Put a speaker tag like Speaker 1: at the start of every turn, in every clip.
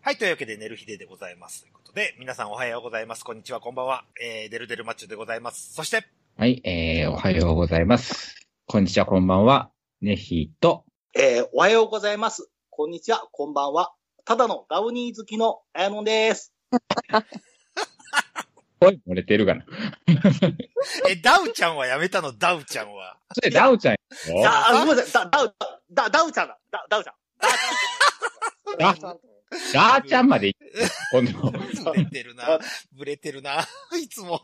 Speaker 1: はい、というわけで、寝る日ででございます。ということで、皆さんおはようございます。こんにちは、こんばんは。えー、デルデルマッチョでございます。そして、
Speaker 2: はい、えー、おはようございます。こんにちは、こんばんは。ねひと。
Speaker 3: えーおはようございます。こんにちは、こんばんは。ただのダウニー好きのあやのんです。
Speaker 2: おい、漏れてるかな。
Speaker 1: え、ダウちゃんはやめたの、ダウちゃんは。
Speaker 2: それ、ダウちゃん
Speaker 3: あ
Speaker 2: やろ
Speaker 3: あ、ごめんなさい。ダダウ、ダダウちゃんだ。ダダウちゃん。
Speaker 2: ダダーちゃんまで行って今度。
Speaker 1: ブレてるな。ブレてるな。 いつも。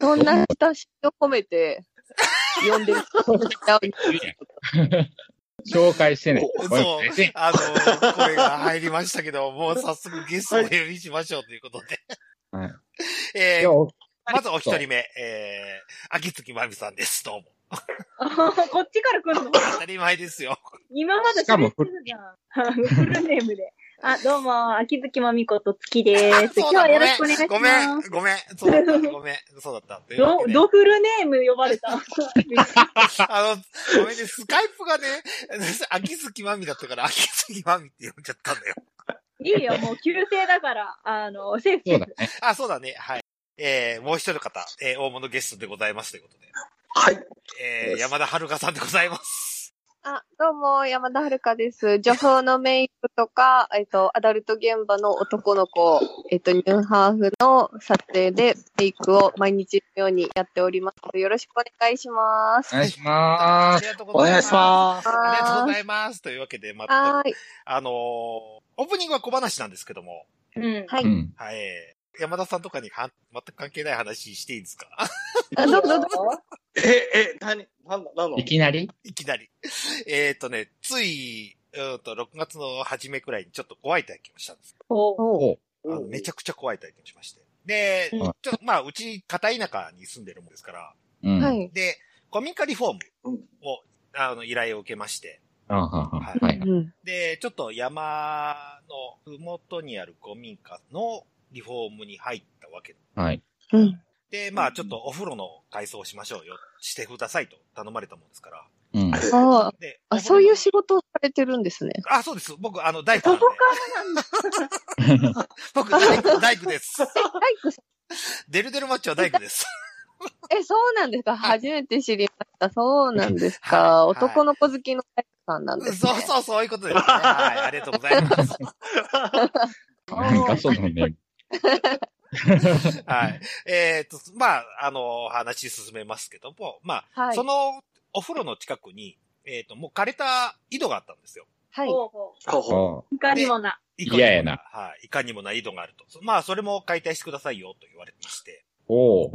Speaker 4: そんな親しみを込めて、呼んでる。
Speaker 2: 紹介してね。
Speaker 1: そう
Speaker 2: ごめんなさい
Speaker 1: あの、声が入りましたけど、もう早速ゲストをお呼びしましょうということで。
Speaker 2: はい
Speaker 1: えー
Speaker 2: 今日
Speaker 1: まずお一人目、えー、秋月まみさんです。どうも。
Speaker 5: あー こっちから来るの
Speaker 1: 当たり前ですよ。
Speaker 5: 今まで
Speaker 2: しかも
Speaker 5: 喋ってるじゃん。フルネームで。 あ、どうも、秋月まみこと月で す。今
Speaker 1: そう
Speaker 5: 日
Speaker 1: だ
Speaker 5: はよろしくお願いします。
Speaker 1: ごめん、ごめん、ごめん、そうだった、ごめん、そうだった。というわけ
Speaker 5: ど、
Speaker 1: で
Speaker 5: どフルネーム呼ばれた。
Speaker 1: あの、ごめんね、スカイプがね、秋月まみだったから、秋月まみって呼んじゃったんだよ。
Speaker 5: いいよ、もう旧姓だから、あの、セーフ
Speaker 2: そうだね。
Speaker 1: あ、そうだね、はい。えー、もう一人の方、えー、大物ゲストでございますということで。
Speaker 3: はい。
Speaker 1: えー、
Speaker 3: よし
Speaker 1: 山田遥さんでございます。
Speaker 4: あ、どうも、山田遥です。女装のメイクとか、えっと、アダルト現場の男の子、えっと、ニューハーフの撮影でメイクを毎日のようにやっております。よろしくお願いします。
Speaker 2: お
Speaker 4: は
Speaker 2: 願いしま
Speaker 1: あ
Speaker 2: ーす。
Speaker 1: りがとう
Speaker 3: お願いします。
Speaker 1: ありがとうございます。というわけで、また、
Speaker 4: ーい。
Speaker 1: あのーオープニングは小話なんですけども、
Speaker 5: うん。
Speaker 4: は
Speaker 2: う
Speaker 4: い。
Speaker 2: ん。
Speaker 1: はい。山田さんとかには全く関係ない話していいですか
Speaker 4: あどうぞどうぞ。
Speaker 3: え、え、なに、なんだ、なんだ
Speaker 2: いきなり
Speaker 1: いきなり。えっ、とね、つい、うんと、6月の初めくらいにちょっと怖い体験をしたんです
Speaker 5: お
Speaker 2: おう
Speaker 1: あのめちゃくちゃ怖い体験しまして。で、
Speaker 5: うん
Speaker 1: ちょっと、まあ、うち、片田舎に住んでるもんですから、
Speaker 2: うん。
Speaker 4: は
Speaker 2: はい。
Speaker 4: い。
Speaker 1: で、古民家リフォーム
Speaker 3: うん
Speaker 1: を、あの、依頼を受けまして、
Speaker 2: あは
Speaker 1: は
Speaker 2: は
Speaker 4: う
Speaker 2: い。
Speaker 4: ん。
Speaker 1: で、ちょっと山のふもとにある古民家のリフォームに入ったわけ。
Speaker 2: はい。
Speaker 4: うん。
Speaker 1: で、まあ、ちょっとお風呂の改装をしましょうよ、してくださいと頼まれたもんですから。
Speaker 2: うん。
Speaker 4: あー
Speaker 1: で、お風
Speaker 4: あ、
Speaker 1: 呂
Speaker 4: そう
Speaker 1: の
Speaker 4: いう仕事をされてるんですね。
Speaker 1: あ、そうです。僕、あの、大工なんで。 僕、大工大工です。
Speaker 4: え、大工さ
Speaker 1: デルデルマッチョは大工です。
Speaker 4: んえ、そうなんですか初めて知りました。そうなんです
Speaker 1: はい
Speaker 4: か。男の子好きの大工さんなんです、ね。
Speaker 1: そうそう、そういうこと ですね。はい、ありがとうございます。
Speaker 2: なんかそのね、
Speaker 1: はい。えっ、と、まあ、あの、話進めますけども、まあ、
Speaker 4: はい
Speaker 1: そ。のお風呂の近くに、えっ、と、もう枯れた井戸があったんですよ。
Speaker 4: はい。
Speaker 5: おお
Speaker 3: ほうほう
Speaker 2: おう
Speaker 5: 他にもな。
Speaker 1: い
Speaker 2: 嫌やな
Speaker 1: かにもはい。いかにもない井戸があると。そまあ、それも解体してくださいよと言われまして。
Speaker 2: おう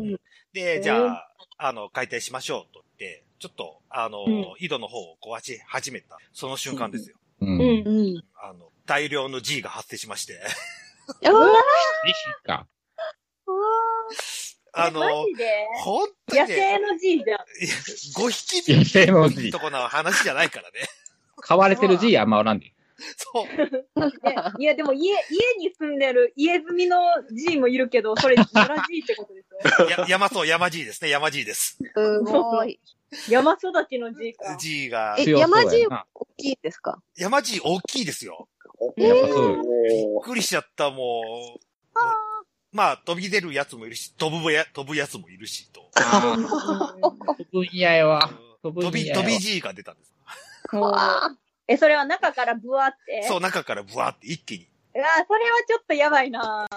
Speaker 1: で、
Speaker 5: ー
Speaker 1: じゃあ、あの、解体しましょうと言って、ちょっと、あの、
Speaker 5: うん
Speaker 1: 井戸の方を壊し始めた、その瞬間ですよ。
Speaker 2: う。
Speaker 5: うんん。
Speaker 4: うん。
Speaker 1: あの、大量の G が発生しまして、
Speaker 4: あー
Speaker 2: リヒか。
Speaker 1: あ
Speaker 5: えマ
Speaker 1: の、
Speaker 5: ジで
Speaker 1: 本当
Speaker 5: 野
Speaker 1: にね、
Speaker 5: 生の G じゃん。
Speaker 1: 5匹
Speaker 2: 野生の G
Speaker 1: とこの話じゃないからね。
Speaker 2: 買われてる G あんまおらんで。
Speaker 1: そう。
Speaker 5: ねいや、でも家、家に住んでる家住みの G もいるけど、それ、野良 G ってことですよ。
Speaker 1: や、山そう、山 G ですね、山 G です。
Speaker 4: すごい。
Speaker 5: 山育ちの G か。
Speaker 1: G が、
Speaker 4: え
Speaker 2: 強そうや
Speaker 4: 山
Speaker 2: な。
Speaker 4: 大きいですか
Speaker 1: 山 G 大きいですよ。
Speaker 2: えーやっぱそう
Speaker 1: びっくりしちゃった、もう。まあ、飛び出るやつもいるし、飛ぶや、飛ぶやつもいるし、と。
Speaker 2: あー
Speaker 5: う
Speaker 2: 飛ぶんやよ。飛ぶ
Speaker 1: 飛
Speaker 2: ん
Speaker 1: び、
Speaker 2: やよ
Speaker 1: 飛び G が出たんです。
Speaker 5: ん
Speaker 4: わ
Speaker 5: え、それは中からブワって。。
Speaker 1: そうう、中からブワーって一気に。
Speaker 5: ああ、それはちょっとやばいな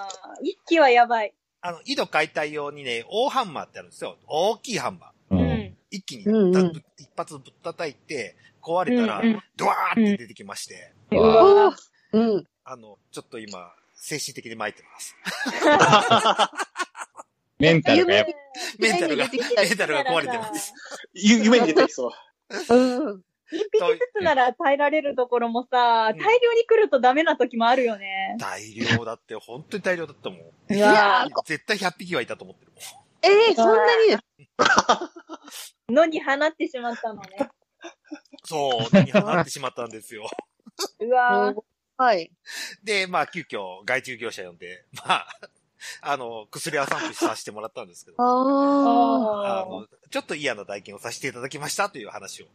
Speaker 5: 一気はやばい。
Speaker 1: あの、井戸解体用にね、大ハンマーってあるんですよ。大きいハンマー。
Speaker 2: う。
Speaker 5: うんん。
Speaker 1: 一気に、
Speaker 4: うんうん
Speaker 1: だぶ一発ぶったたいて、壊れたら
Speaker 5: うんうん、
Speaker 1: ドワーって出てきまして、
Speaker 2: う
Speaker 5: う
Speaker 2: わ
Speaker 5: わ
Speaker 4: あ
Speaker 5: ー
Speaker 4: うん。
Speaker 1: あの、ちょっと今、精神的に巻いてます。
Speaker 2: メンタルがやっぱ
Speaker 1: メンタルが、
Speaker 4: 出てきた
Speaker 1: メンタルが壊れてます。
Speaker 3: ゆ夢に出てきそう。
Speaker 4: うん。
Speaker 5: 一匹ずつなら耐えられるところもさ、大量に来るとダメな時もあるよね。
Speaker 1: 大量だって、本当に大量だったもん。
Speaker 5: う
Speaker 4: わ
Speaker 1: 絶対100匹はいたと思ってるもん。
Speaker 4: えー、そんなにです
Speaker 5: 野に放ってしまったのね。
Speaker 1: そう、に放ってしまったんですよ。
Speaker 5: うわー
Speaker 4: かはい。
Speaker 1: で、まあ、急遽、外注業者呼んで、まあ、 あの、薬は散布させてもらったんですけど、
Speaker 4: あ
Speaker 1: あ
Speaker 5: あー
Speaker 1: の、ちょっと嫌な体験をさせていただきましたという話を。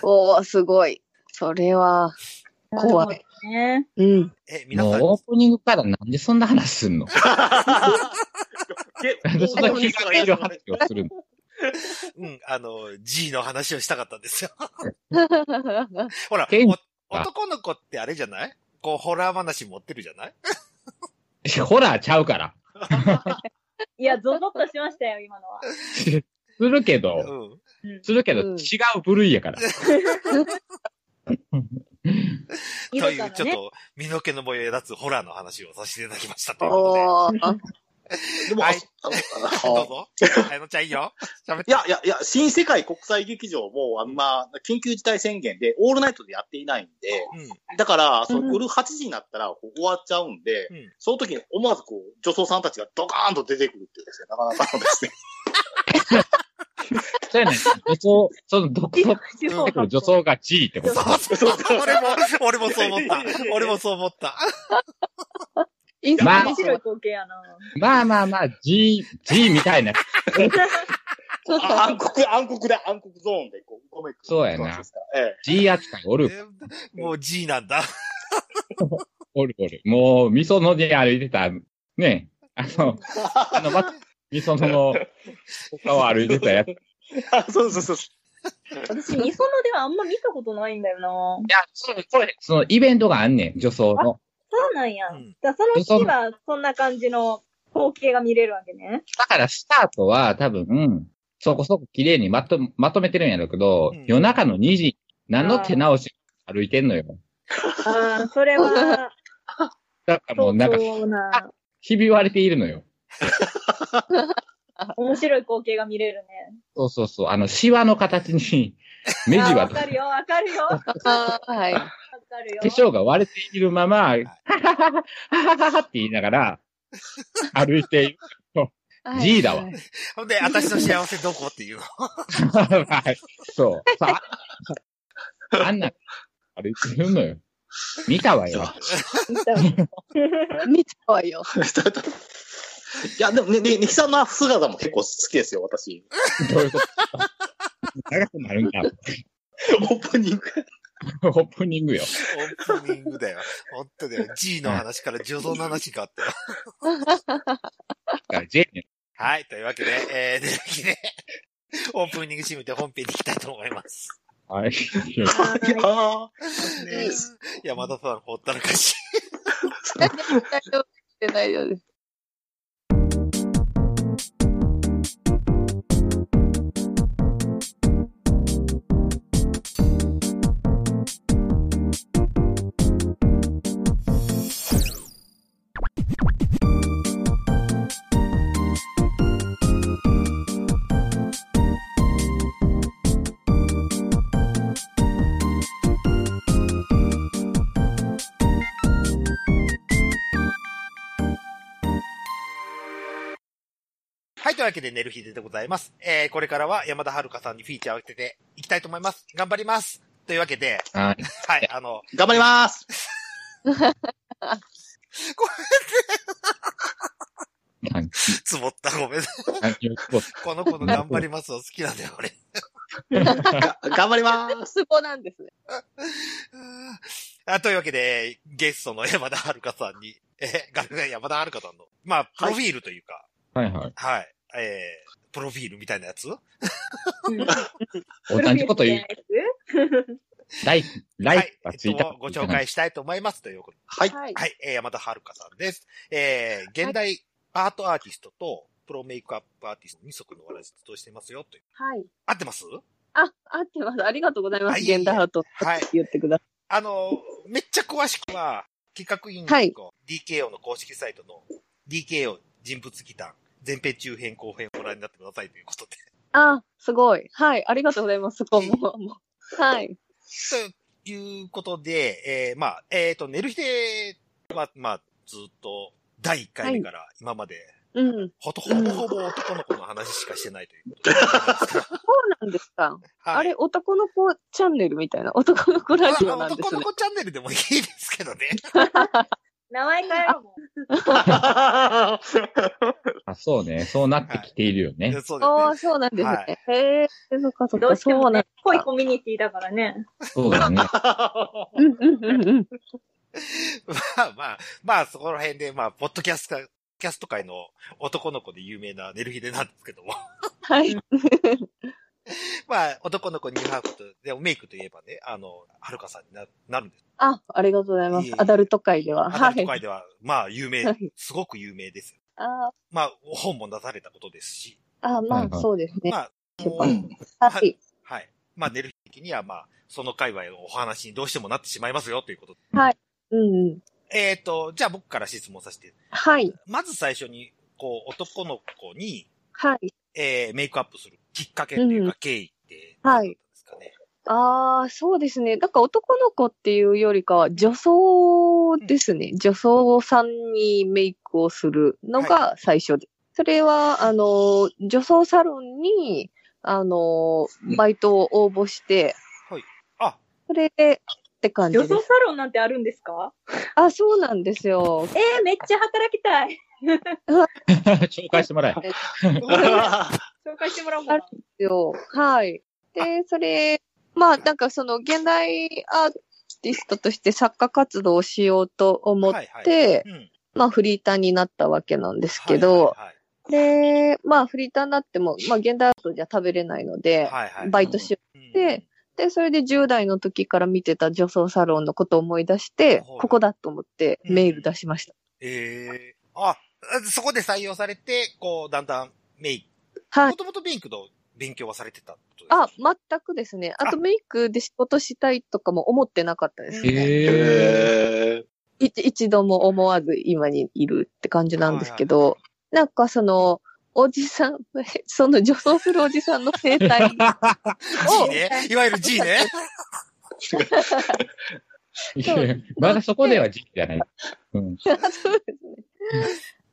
Speaker 4: あ。おー、すごい。それは、怖い。
Speaker 5: ね。
Speaker 4: うん。
Speaker 1: え、皆
Speaker 2: も
Speaker 1: さ、
Speaker 2: うんオープニングからなんでそんな話すんのなんでそんな気がいる話をするの
Speaker 1: うん、あの、G の話をしたかったんですよ。
Speaker 4: う
Speaker 1: ほら、
Speaker 2: ケン
Speaker 1: お男の子ってあれじゃないこう、ホラー話持ってるじゃない
Speaker 2: いやホラーちゃうから。
Speaker 5: いや、ゾゾッとしましたよ、今のは。
Speaker 2: するけ
Speaker 1: う
Speaker 2: ど、
Speaker 1: ん。
Speaker 2: するけど、
Speaker 4: うん
Speaker 2: 違う部類やから。
Speaker 1: と
Speaker 5: 色
Speaker 1: いう、
Speaker 5: か
Speaker 1: ち
Speaker 5: ら
Speaker 1: ょっ
Speaker 5: ね。
Speaker 1: と、身の毛の模様立つホラーの話をさせていただきましたというこ
Speaker 4: おー。
Speaker 3: でも、
Speaker 1: は
Speaker 3: あ
Speaker 1: い
Speaker 3: あ
Speaker 1: と
Speaker 3: の
Speaker 1: で。どうぞ。あやのちゃんいいよ。喋って。
Speaker 3: いやいやいや、新世界国際劇場も、あんま、緊急事態宣言で、オールナイトでやっていないんで、
Speaker 1: うん。
Speaker 3: だから、そうの
Speaker 5: ん
Speaker 3: 夜8時になったらこう終わっちゃうんで、
Speaker 1: うん
Speaker 3: その時に思わずこう、女装さんたちがドカーンと出てくるっていうですね、なかなかの ですね。
Speaker 2: そうやねん。女装、その独特
Speaker 5: 地方発
Speaker 2: の女装が G ってこと。
Speaker 1: そうそうそう。俺も、 俺もそう思った
Speaker 3: いやいやいやい。や
Speaker 1: 俺もそう思った。
Speaker 4: インス
Speaker 2: まあ
Speaker 4: タ
Speaker 5: 面白い光景やな。
Speaker 2: まあまあまあ、G、G みたいな。
Speaker 4: そうそう
Speaker 3: あ暗黒、暗黒で、暗黒ゾーンでこう、ごめん。
Speaker 2: そうやな
Speaker 3: ですからえ
Speaker 2: G 扱いおる、
Speaker 1: えもう G なんだ。
Speaker 2: おるおる。もう、味噌ので歩いてた、ね。あの、あの、ま、味噌のの、他を歩いてたやつ。い
Speaker 3: え。あ そうそうそうそ
Speaker 5: 私、ミソノではあんま見たことないんだよな。
Speaker 2: や、そう、これ、そのイベントがあんねん、女装の。
Speaker 5: そうなんや。
Speaker 1: うん
Speaker 5: だからその日は、そんな感じの光景が見れるわけね。
Speaker 2: だから、スタートは多分、そこそこ綺麗にまと、まとめてるんやろうけど、
Speaker 1: うん
Speaker 2: 夜中の2時、何の手直し歩いてんのよ。
Speaker 5: ああ、それは、
Speaker 2: だから もうなんか、
Speaker 5: そうな、
Speaker 2: ひび割れているのよ。
Speaker 5: 面白い光景が見れるね。
Speaker 2: そうそうそう。あの、シワの形に、目地
Speaker 5: あー
Speaker 2: は
Speaker 5: わかるよ、わかるよ。わか
Speaker 4: あーはい。
Speaker 5: るよ。
Speaker 2: 化粧が割れているまま、はははははって言いながら、歩いている。
Speaker 4: はい
Speaker 2: G だわ
Speaker 4: はい
Speaker 1: ほんで、私の幸せどこっていうの。
Speaker 2: はいそう。さあ、あんな、歩いてるのよ。見たわよ。
Speaker 4: 見たわよ。
Speaker 3: う。いや、でもね、ね、ねきさんの姿も結構好きですよ、私。
Speaker 2: どういうこと長くなるんだ。
Speaker 3: オープニング。
Speaker 2: オープニングよ。
Speaker 1: オープニングだよ。本当だよ。G の話から女装の話があったよ。
Speaker 2: だから J に
Speaker 1: はい。というわけで、えー、できね、オープニング締めて本編に行きたいと思います。
Speaker 2: はい。
Speaker 5: あー
Speaker 3: ああ。ね
Speaker 1: 山田さん、ほったらかし。
Speaker 4: 大丈夫です大丈夫です。
Speaker 1: はい。というわけで、寝る日ででございます。えー、これからは山田遥さんにフィーチャーを当てていきたいと思います。頑張ります。というわけで、
Speaker 2: はい。
Speaker 1: はい。あの、
Speaker 3: 頑張ります。
Speaker 2: 何
Speaker 1: つぼった。ごめん。
Speaker 2: 何をこう
Speaker 1: この子の頑張りますを好きなんだよ、俺。
Speaker 3: が頑張ります。
Speaker 4: ツボなんですね。
Speaker 1: あというわけで、ゲストの山田遥さんに、えー、が山田遥さんの、まあ、プロフィールというか、
Speaker 2: はいはい。
Speaker 1: はい、えー、プロフィールみたいなやつ
Speaker 2: 同じこと言う。
Speaker 5: う。
Speaker 2: ライフ、ライフ
Speaker 1: は
Speaker 2: が
Speaker 1: い、
Speaker 2: つ
Speaker 1: えっ
Speaker 2: いた
Speaker 1: と、。ご紹介したいと思いますということで。
Speaker 3: はい。
Speaker 4: はい。
Speaker 1: はい、えー、山田遥さんです。えー、現代アートアーティストと、プロメイクアップアーティストの二足のわらじとしてますよ、という。
Speaker 4: はい。
Speaker 1: 合ってます
Speaker 4: あ、合ってます。ありがとうございま
Speaker 1: は
Speaker 4: す。
Speaker 1: い
Speaker 4: 現代ハート
Speaker 1: はい。
Speaker 4: 言ってくださ
Speaker 1: あの、めっちゃ詳しくは、企画委員の、
Speaker 4: はい
Speaker 1: DKO の公式サイトの DKO 人物忌憚、前編中編後編をご覧になってくださいということで。
Speaker 4: い。あ、すごい。はい。ありがとうございます。そこも。もうはい。
Speaker 1: ということで、えーまあ、えっ、と、寝る日では、まあ、ずっと、第1回目から今まで、
Speaker 4: うん。
Speaker 1: ほとほぼほぼ男の子の話しかしてないということで。 は
Speaker 4: そうなんですか。あれ、男の子チャンネルみたいな。男の子ラジオ
Speaker 1: まあ
Speaker 4: なんで
Speaker 1: 男
Speaker 4: す
Speaker 1: の
Speaker 4: ね。
Speaker 1: 子チャンネルでもいいですけどね。
Speaker 5: 名前変えろもん。
Speaker 3: あ
Speaker 2: あ、そうね。そうなってきているよね。
Speaker 1: いやそう
Speaker 4: あ
Speaker 1: で
Speaker 4: あ、そうなんです
Speaker 1: は
Speaker 4: ね。へえ、そっかそっ
Speaker 5: どう
Speaker 4: か、
Speaker 5: して
Speaker 4: そ
Speaker 5: も
Speaker 4: うなん
Speaker 5: ね、濃いコミュニティだからね。
Speaker 2: そうだね。
Speaker 4: うんうんうんうん。
Speaker 1: すね。まあまあ、まあそこら辺で、まあ、ポッドキャストか、キャスト界の男の子で有名なネルヒデなんですけども。
Speaker 4: はい。
Speaker 1: まあ、男の子ニューハーフと、でもメイクといえばね、あの、はるかさんにななるんです。
Speaker 4: あ、ありがとうございま
Speaker 1: いえ
Speaker 4: す
Speaker 1: いえ。
Speaker 4: アダルト界では。
Speaker 1: アダ
Speaker 4: は
Speaker 1: ルト
Speaker 4: い。
Speaker 1: 界では、まあ、有名
Speaker 4: はい、
Speaker 1: すごく有名です。
Speaker 4: あ
Speaker 1: まあ、本も出されたことですし、
Speaker 4: ーあー、
Speaker 2: はい
Speaker 4: ま
Speaker 2: は
Speaker 4: あ、
Speaker 2: い
Speaker 4: そうですね。
Speaker 1: まあ、
Speaker 4: うはい。
Speaker 1: はい。まあ、寝る日的には、まあ、その界隈のお話にどうしてもなってしまいますよ、ということ。
Speaker 4: うんうん。
Speaker 1: えっ、と、じゃあ僕から質問させて。
Speaker 4: はい。
Speaker 1: まず最初に、こう、男の子に、
Speaker 4: はい。
Speaker 1: えーメイクアップするきっかけという
Speaker 4: う
Speaker 1: か
Speaker 4: ん、
Speaker 1: 経緯って、
Speaker 4: はい
Speaker 1: ですかね。
Speaker 4: ああ、そうですね。だから男の子っていうよりかは、女装ですね。女装さんにメイクをするのが最初で。それは、あの、女装サロンに、あの、バイトを応募して、
Speaker 1: あ、
Speaker 4: それで、って感じ
Speaker 5: 女
Speaker 4: です
Speaker 5: 装。サロンなんてあるんですか
Speaker 4: あ、そうなんですよ。
Speaker 5: えー、めっちゃ働きたい。
Speaker 2: 紹介してもらえ。
Speaker 5: 紹介してもらおう
Speaker 4: あ
Speaker 5: か
Speaker 4: る
Speaker 5: な。
Speaker 4: よ。はい。で、それ、まあ、なんかその、現代アーティストとして作家活動をしようと思っ
Speaker 1: はいはい
Speaker 4: て
Speaker 1: う、ん。
Speaker 4: まあ、フリーターになったわけなんですけ
Speaker 1: はい
Speaker 4: ど、
Speaker 1: はい
Speaker 4: で、まあ、フリーターになっても、まあ、現代アートじゃ食べれないの
Speaker 1: はい。
Speaker 4: で、
Speaker 1: はいはい
Speaker 4: バイトしよ
Speaker 1: うん
Speaker 4: うって、で、それで10代の時から見てた女装サロンのことを思い出して、
Speaker 1: はい
Speaker 4: ここだと思って
Speaker 1: うん
Speaker 4: メール出しました。
Speaker 1: ええあ、そこで採用されて、こう、だんだんメイク、
Speaker 4: は
Speaker 1: も
Speaker 4: い。
Speaker 1: ともとメイクの勉強はされてたってことですか
Speaker 4: あ、全くですね。あとメイクで仕事したいとかも思ってなかったです。
Speaker 2: え
Speaker 4: い一度も思わず今にいるって感じなんですけど、なんかその、おじさん、 その女装するおじさんの生 態
Speaker 1: G ね。いわゆる G ね。
Speaker 2: ー。まだそこでは時期じゃない。うん。
Speaker 4: そうですね。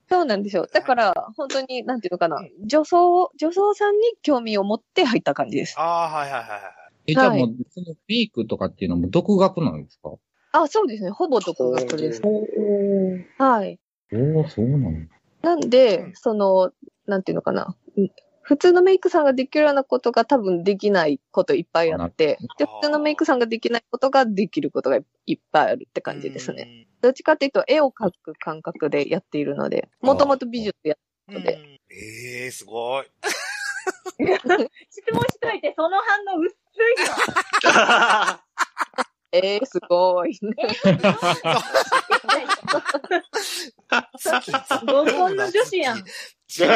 Speaker 4: そうなんですよ。だから、本当に、なんていうのかな
Speaker 1: う、
Speaker 4: 女装、女装さんに興味を持って入った感じです。
Speaker 1: ああー、はいはいはいはい。
Speaker 2: え、じゃあもう、そのメイクとかっていうのも独学なんですかお
Speaker 4: あ、そうですね。ほぼ独学です。はい。
Speaker 2: おそうなの
Speaker 4: なんで、
Speaker 1: うん
Speaker 4: その、なんていうのかな、うん普通のメイクさんができるようなことが多分できないこといっぱいあって、で
Speaker 1: あー
Speaker 4: 普通のメイクさんができないことができることがいっぱいあるって感じですね。
Speaker 1: ね。
Speaker 4: どっちかっていうと、絵を描く感覚でやっているので、もともと美術や
Speaker 1: う
Speaker 4: で
Speaker 1: んええすごい。
Speaker 5: 質問しといて、その反応薄いよ。
Speaker 4: えー、すご い。
Speaker 1: さっき、
Speaker 5: 合コンの女子やん
Speaker 1: 違う、違う。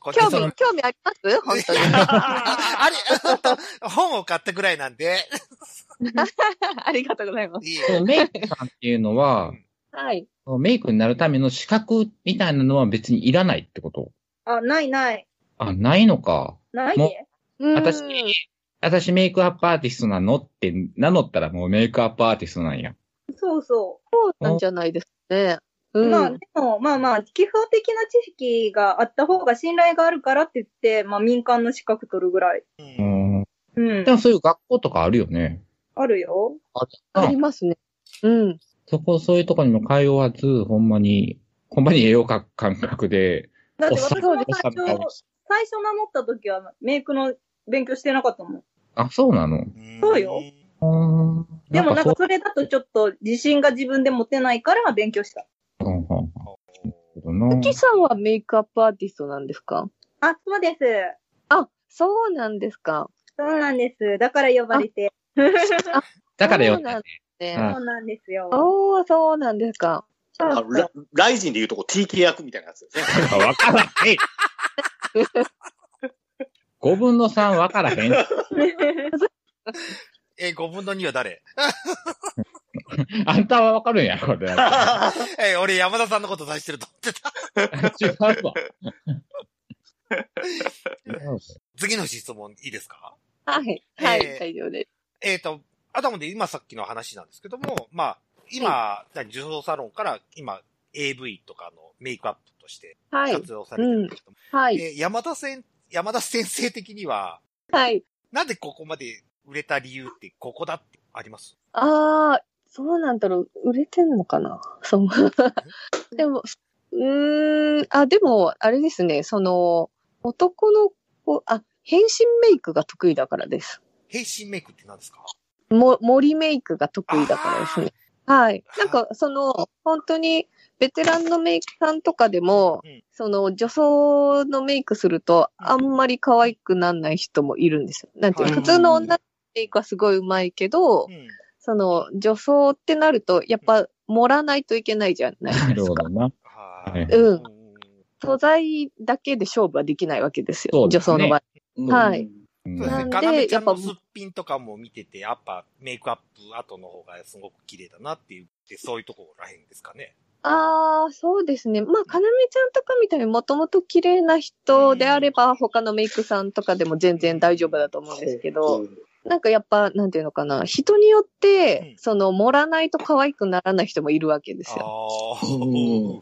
Speaker 1: こっち
Speaker 4: 興
Speaker 1: そ
Speaker 4: 味
Speaker 1: の、
Speaker 4: 興味あります本 当に。
Speaker 1: あれ、あ本を買ったぐらいなんで、
Speaker 4: ありがとうございます。
Speaker 1: いい
Speaker 2: そのメイクさんっていうのは、
Speaker 4: はい。
Speaker 2: そのメイクになるための資格みたいなのは別にいらないってこと
Speaker 5: あ、ないない。
Speaker 2: あ、ないのか。
Speaker 5: ない
Speaker 2: もう
Speaker 5: で。
Speaker 4: うーん
Speaker 2: 私私メイクアップアーティストなのって名乗ったらもうメイクアップアーティストなんや。
Speaker 5: そうそう。
Speaker 4: なんじゃないですかね。うん。
Speaker 5: まあでも、まあまあ、基本的な知識があった方が信頼があるからって言って、まあ民間の資格取るぐらい。
Speaker 1: う
Speaker 2: うんん。
Speaker 5: うん
Speaker 2: で。もそういう学校とかあるよね。
Speaker 5: あるよ。
Speaker 4: ありますね。うん。
Speaker 2: そこ、そういうとこにも通わず、ほんまに、ほんまに絵を描く感覚で、
Speaker 5: だっ
Speaker 2: お
Speaker 5: て
Speaker 2: っさ
Speaker 5: 私
Speaker 2: ん
Speaker 5: も
Speaker 2: おっさ
Speaker 5: 最
Speaker 2: んの顔
Speaker 5: 初、最初名乗った時はメイクの勉強してなかったもん。
Speaker 2: あ、そうなの
Speaker 5: そうよ
Speaker 2: うーん
Speaker 5: でもな
Speaker 2: そ
Speaker 5: んか
Speaker 2: う
Speaker 5: それだとちょっと自信が自分で持てないから勉強した。
Speaker 2: うんうんうんけどな
Speaker 4: うきさんはメイクアップアーティストなんですか
Speaker 5: あ、そうです。
Speaker 4: あ、そうなんですか。
Speaker 5: そうなんです。だから呼ばれて。
Speaker 2: だからよ
Speaker 4: そう。なんですね。
Speaker 2: あ
Speaker 5: そうなんですよ。
Speaker 4: おー、そうなんです か。
Speaker 5: そうそう
Speaker 3: ライジンで言うとこ TK 役みたいなやつですね。
Speaker 2: わからへん。5分の3わからへん。
Speaker 1: えー、5分の2は誰
Speaker 2: あんたはわかるんや、こ れ。違う
Speaker 1: えー、俺山田さんのこと出してると思ってた。
Speaker 2: わ。違う
Speaker 1: 次の質問いいですか
Speaker 4: はい。は
Speaker 1: えー
Speaker 4: い、大丈夫です。
Speaker 1: えっ、と、アダムで今さっきの話なんですけども、まあ、今、何受賞サロンから今、AV とかのメイクアップとして
Speaker 4: はい。
Speaker 1: 活用されてるんですけども、
Speaker 4: はい。
Speaker 1: えー山田先、山田先生的には、
Speaker 4: はい。
Speaker 1: なんでここまで売れた理由ってここだってあります
Speaker 4: あー、そうなんだろう。売れてんのかなそう。でも、うーん、あ、でも、あれですね、その、男の子、あ、変身メイクが得意だからです。
Speaker 1: 変身メイクって何ですか
Speaker 4: も、森メイクが得意だからですね。はい。なんか、その、本当に、ベテランのメイクさんとかでも、
Speaker 1: うん
Speaker 4: その、女装のメイクすると、
Speaker 1: うん
Speaker 4: あんまり可愛くなんない人もいるんですよ。なんていうの、
Speaker 1: うん
Speaker 4: 普通の女のメイクはすごい上手いけど、
Speaker 1: うん。
Speaker 4: その、女装ってなると、やっぱ、盛らないといけないじゃないですか。
Speaker 2: な るほどな。
Speaker 1: は。
Speaker 2: はいい
Speaker 4: うん
Speaker 1: ん。
Speaker 4: 素材だけで勝負はできないわけです
Speaker 2: そ
Speaker 4: よ。
Speaker 2: うで
Speaker 4: 女
Speaker 2: すね
Speaker 4: 装の場合。はい
Speaker 2: うん
Speaker 1: そうですね。
Speaker 4: な
Speaker 1: か
Speaker 4: んで
Speaker 1: なめちゃん
Speaker 4: や
Speaker 1: の
Speaker 4: っぱ
Speaker 1: すっぴんとかも見てて、やっぱメイクアップ後の方がすごく綺麗だなっていう、でそういうところらへんですかね。
Speaker 4: ああ、そうですね。まあ、かなめちゃんとかみたいにもともと綺麗な人であれば、他のメイクさんとかでも全然大丈夫だと思うんですけど、なんかやっぱ、なんていうのかな、人によっ
Speaker 1: うん
Speaker 4: て、その、盛らないと可愛くならない人もいるわけです
Speaker 1: あ
Speaker 4: よ。
Speaker 1: あ
Speaker 2: う
Speaker 1: ー。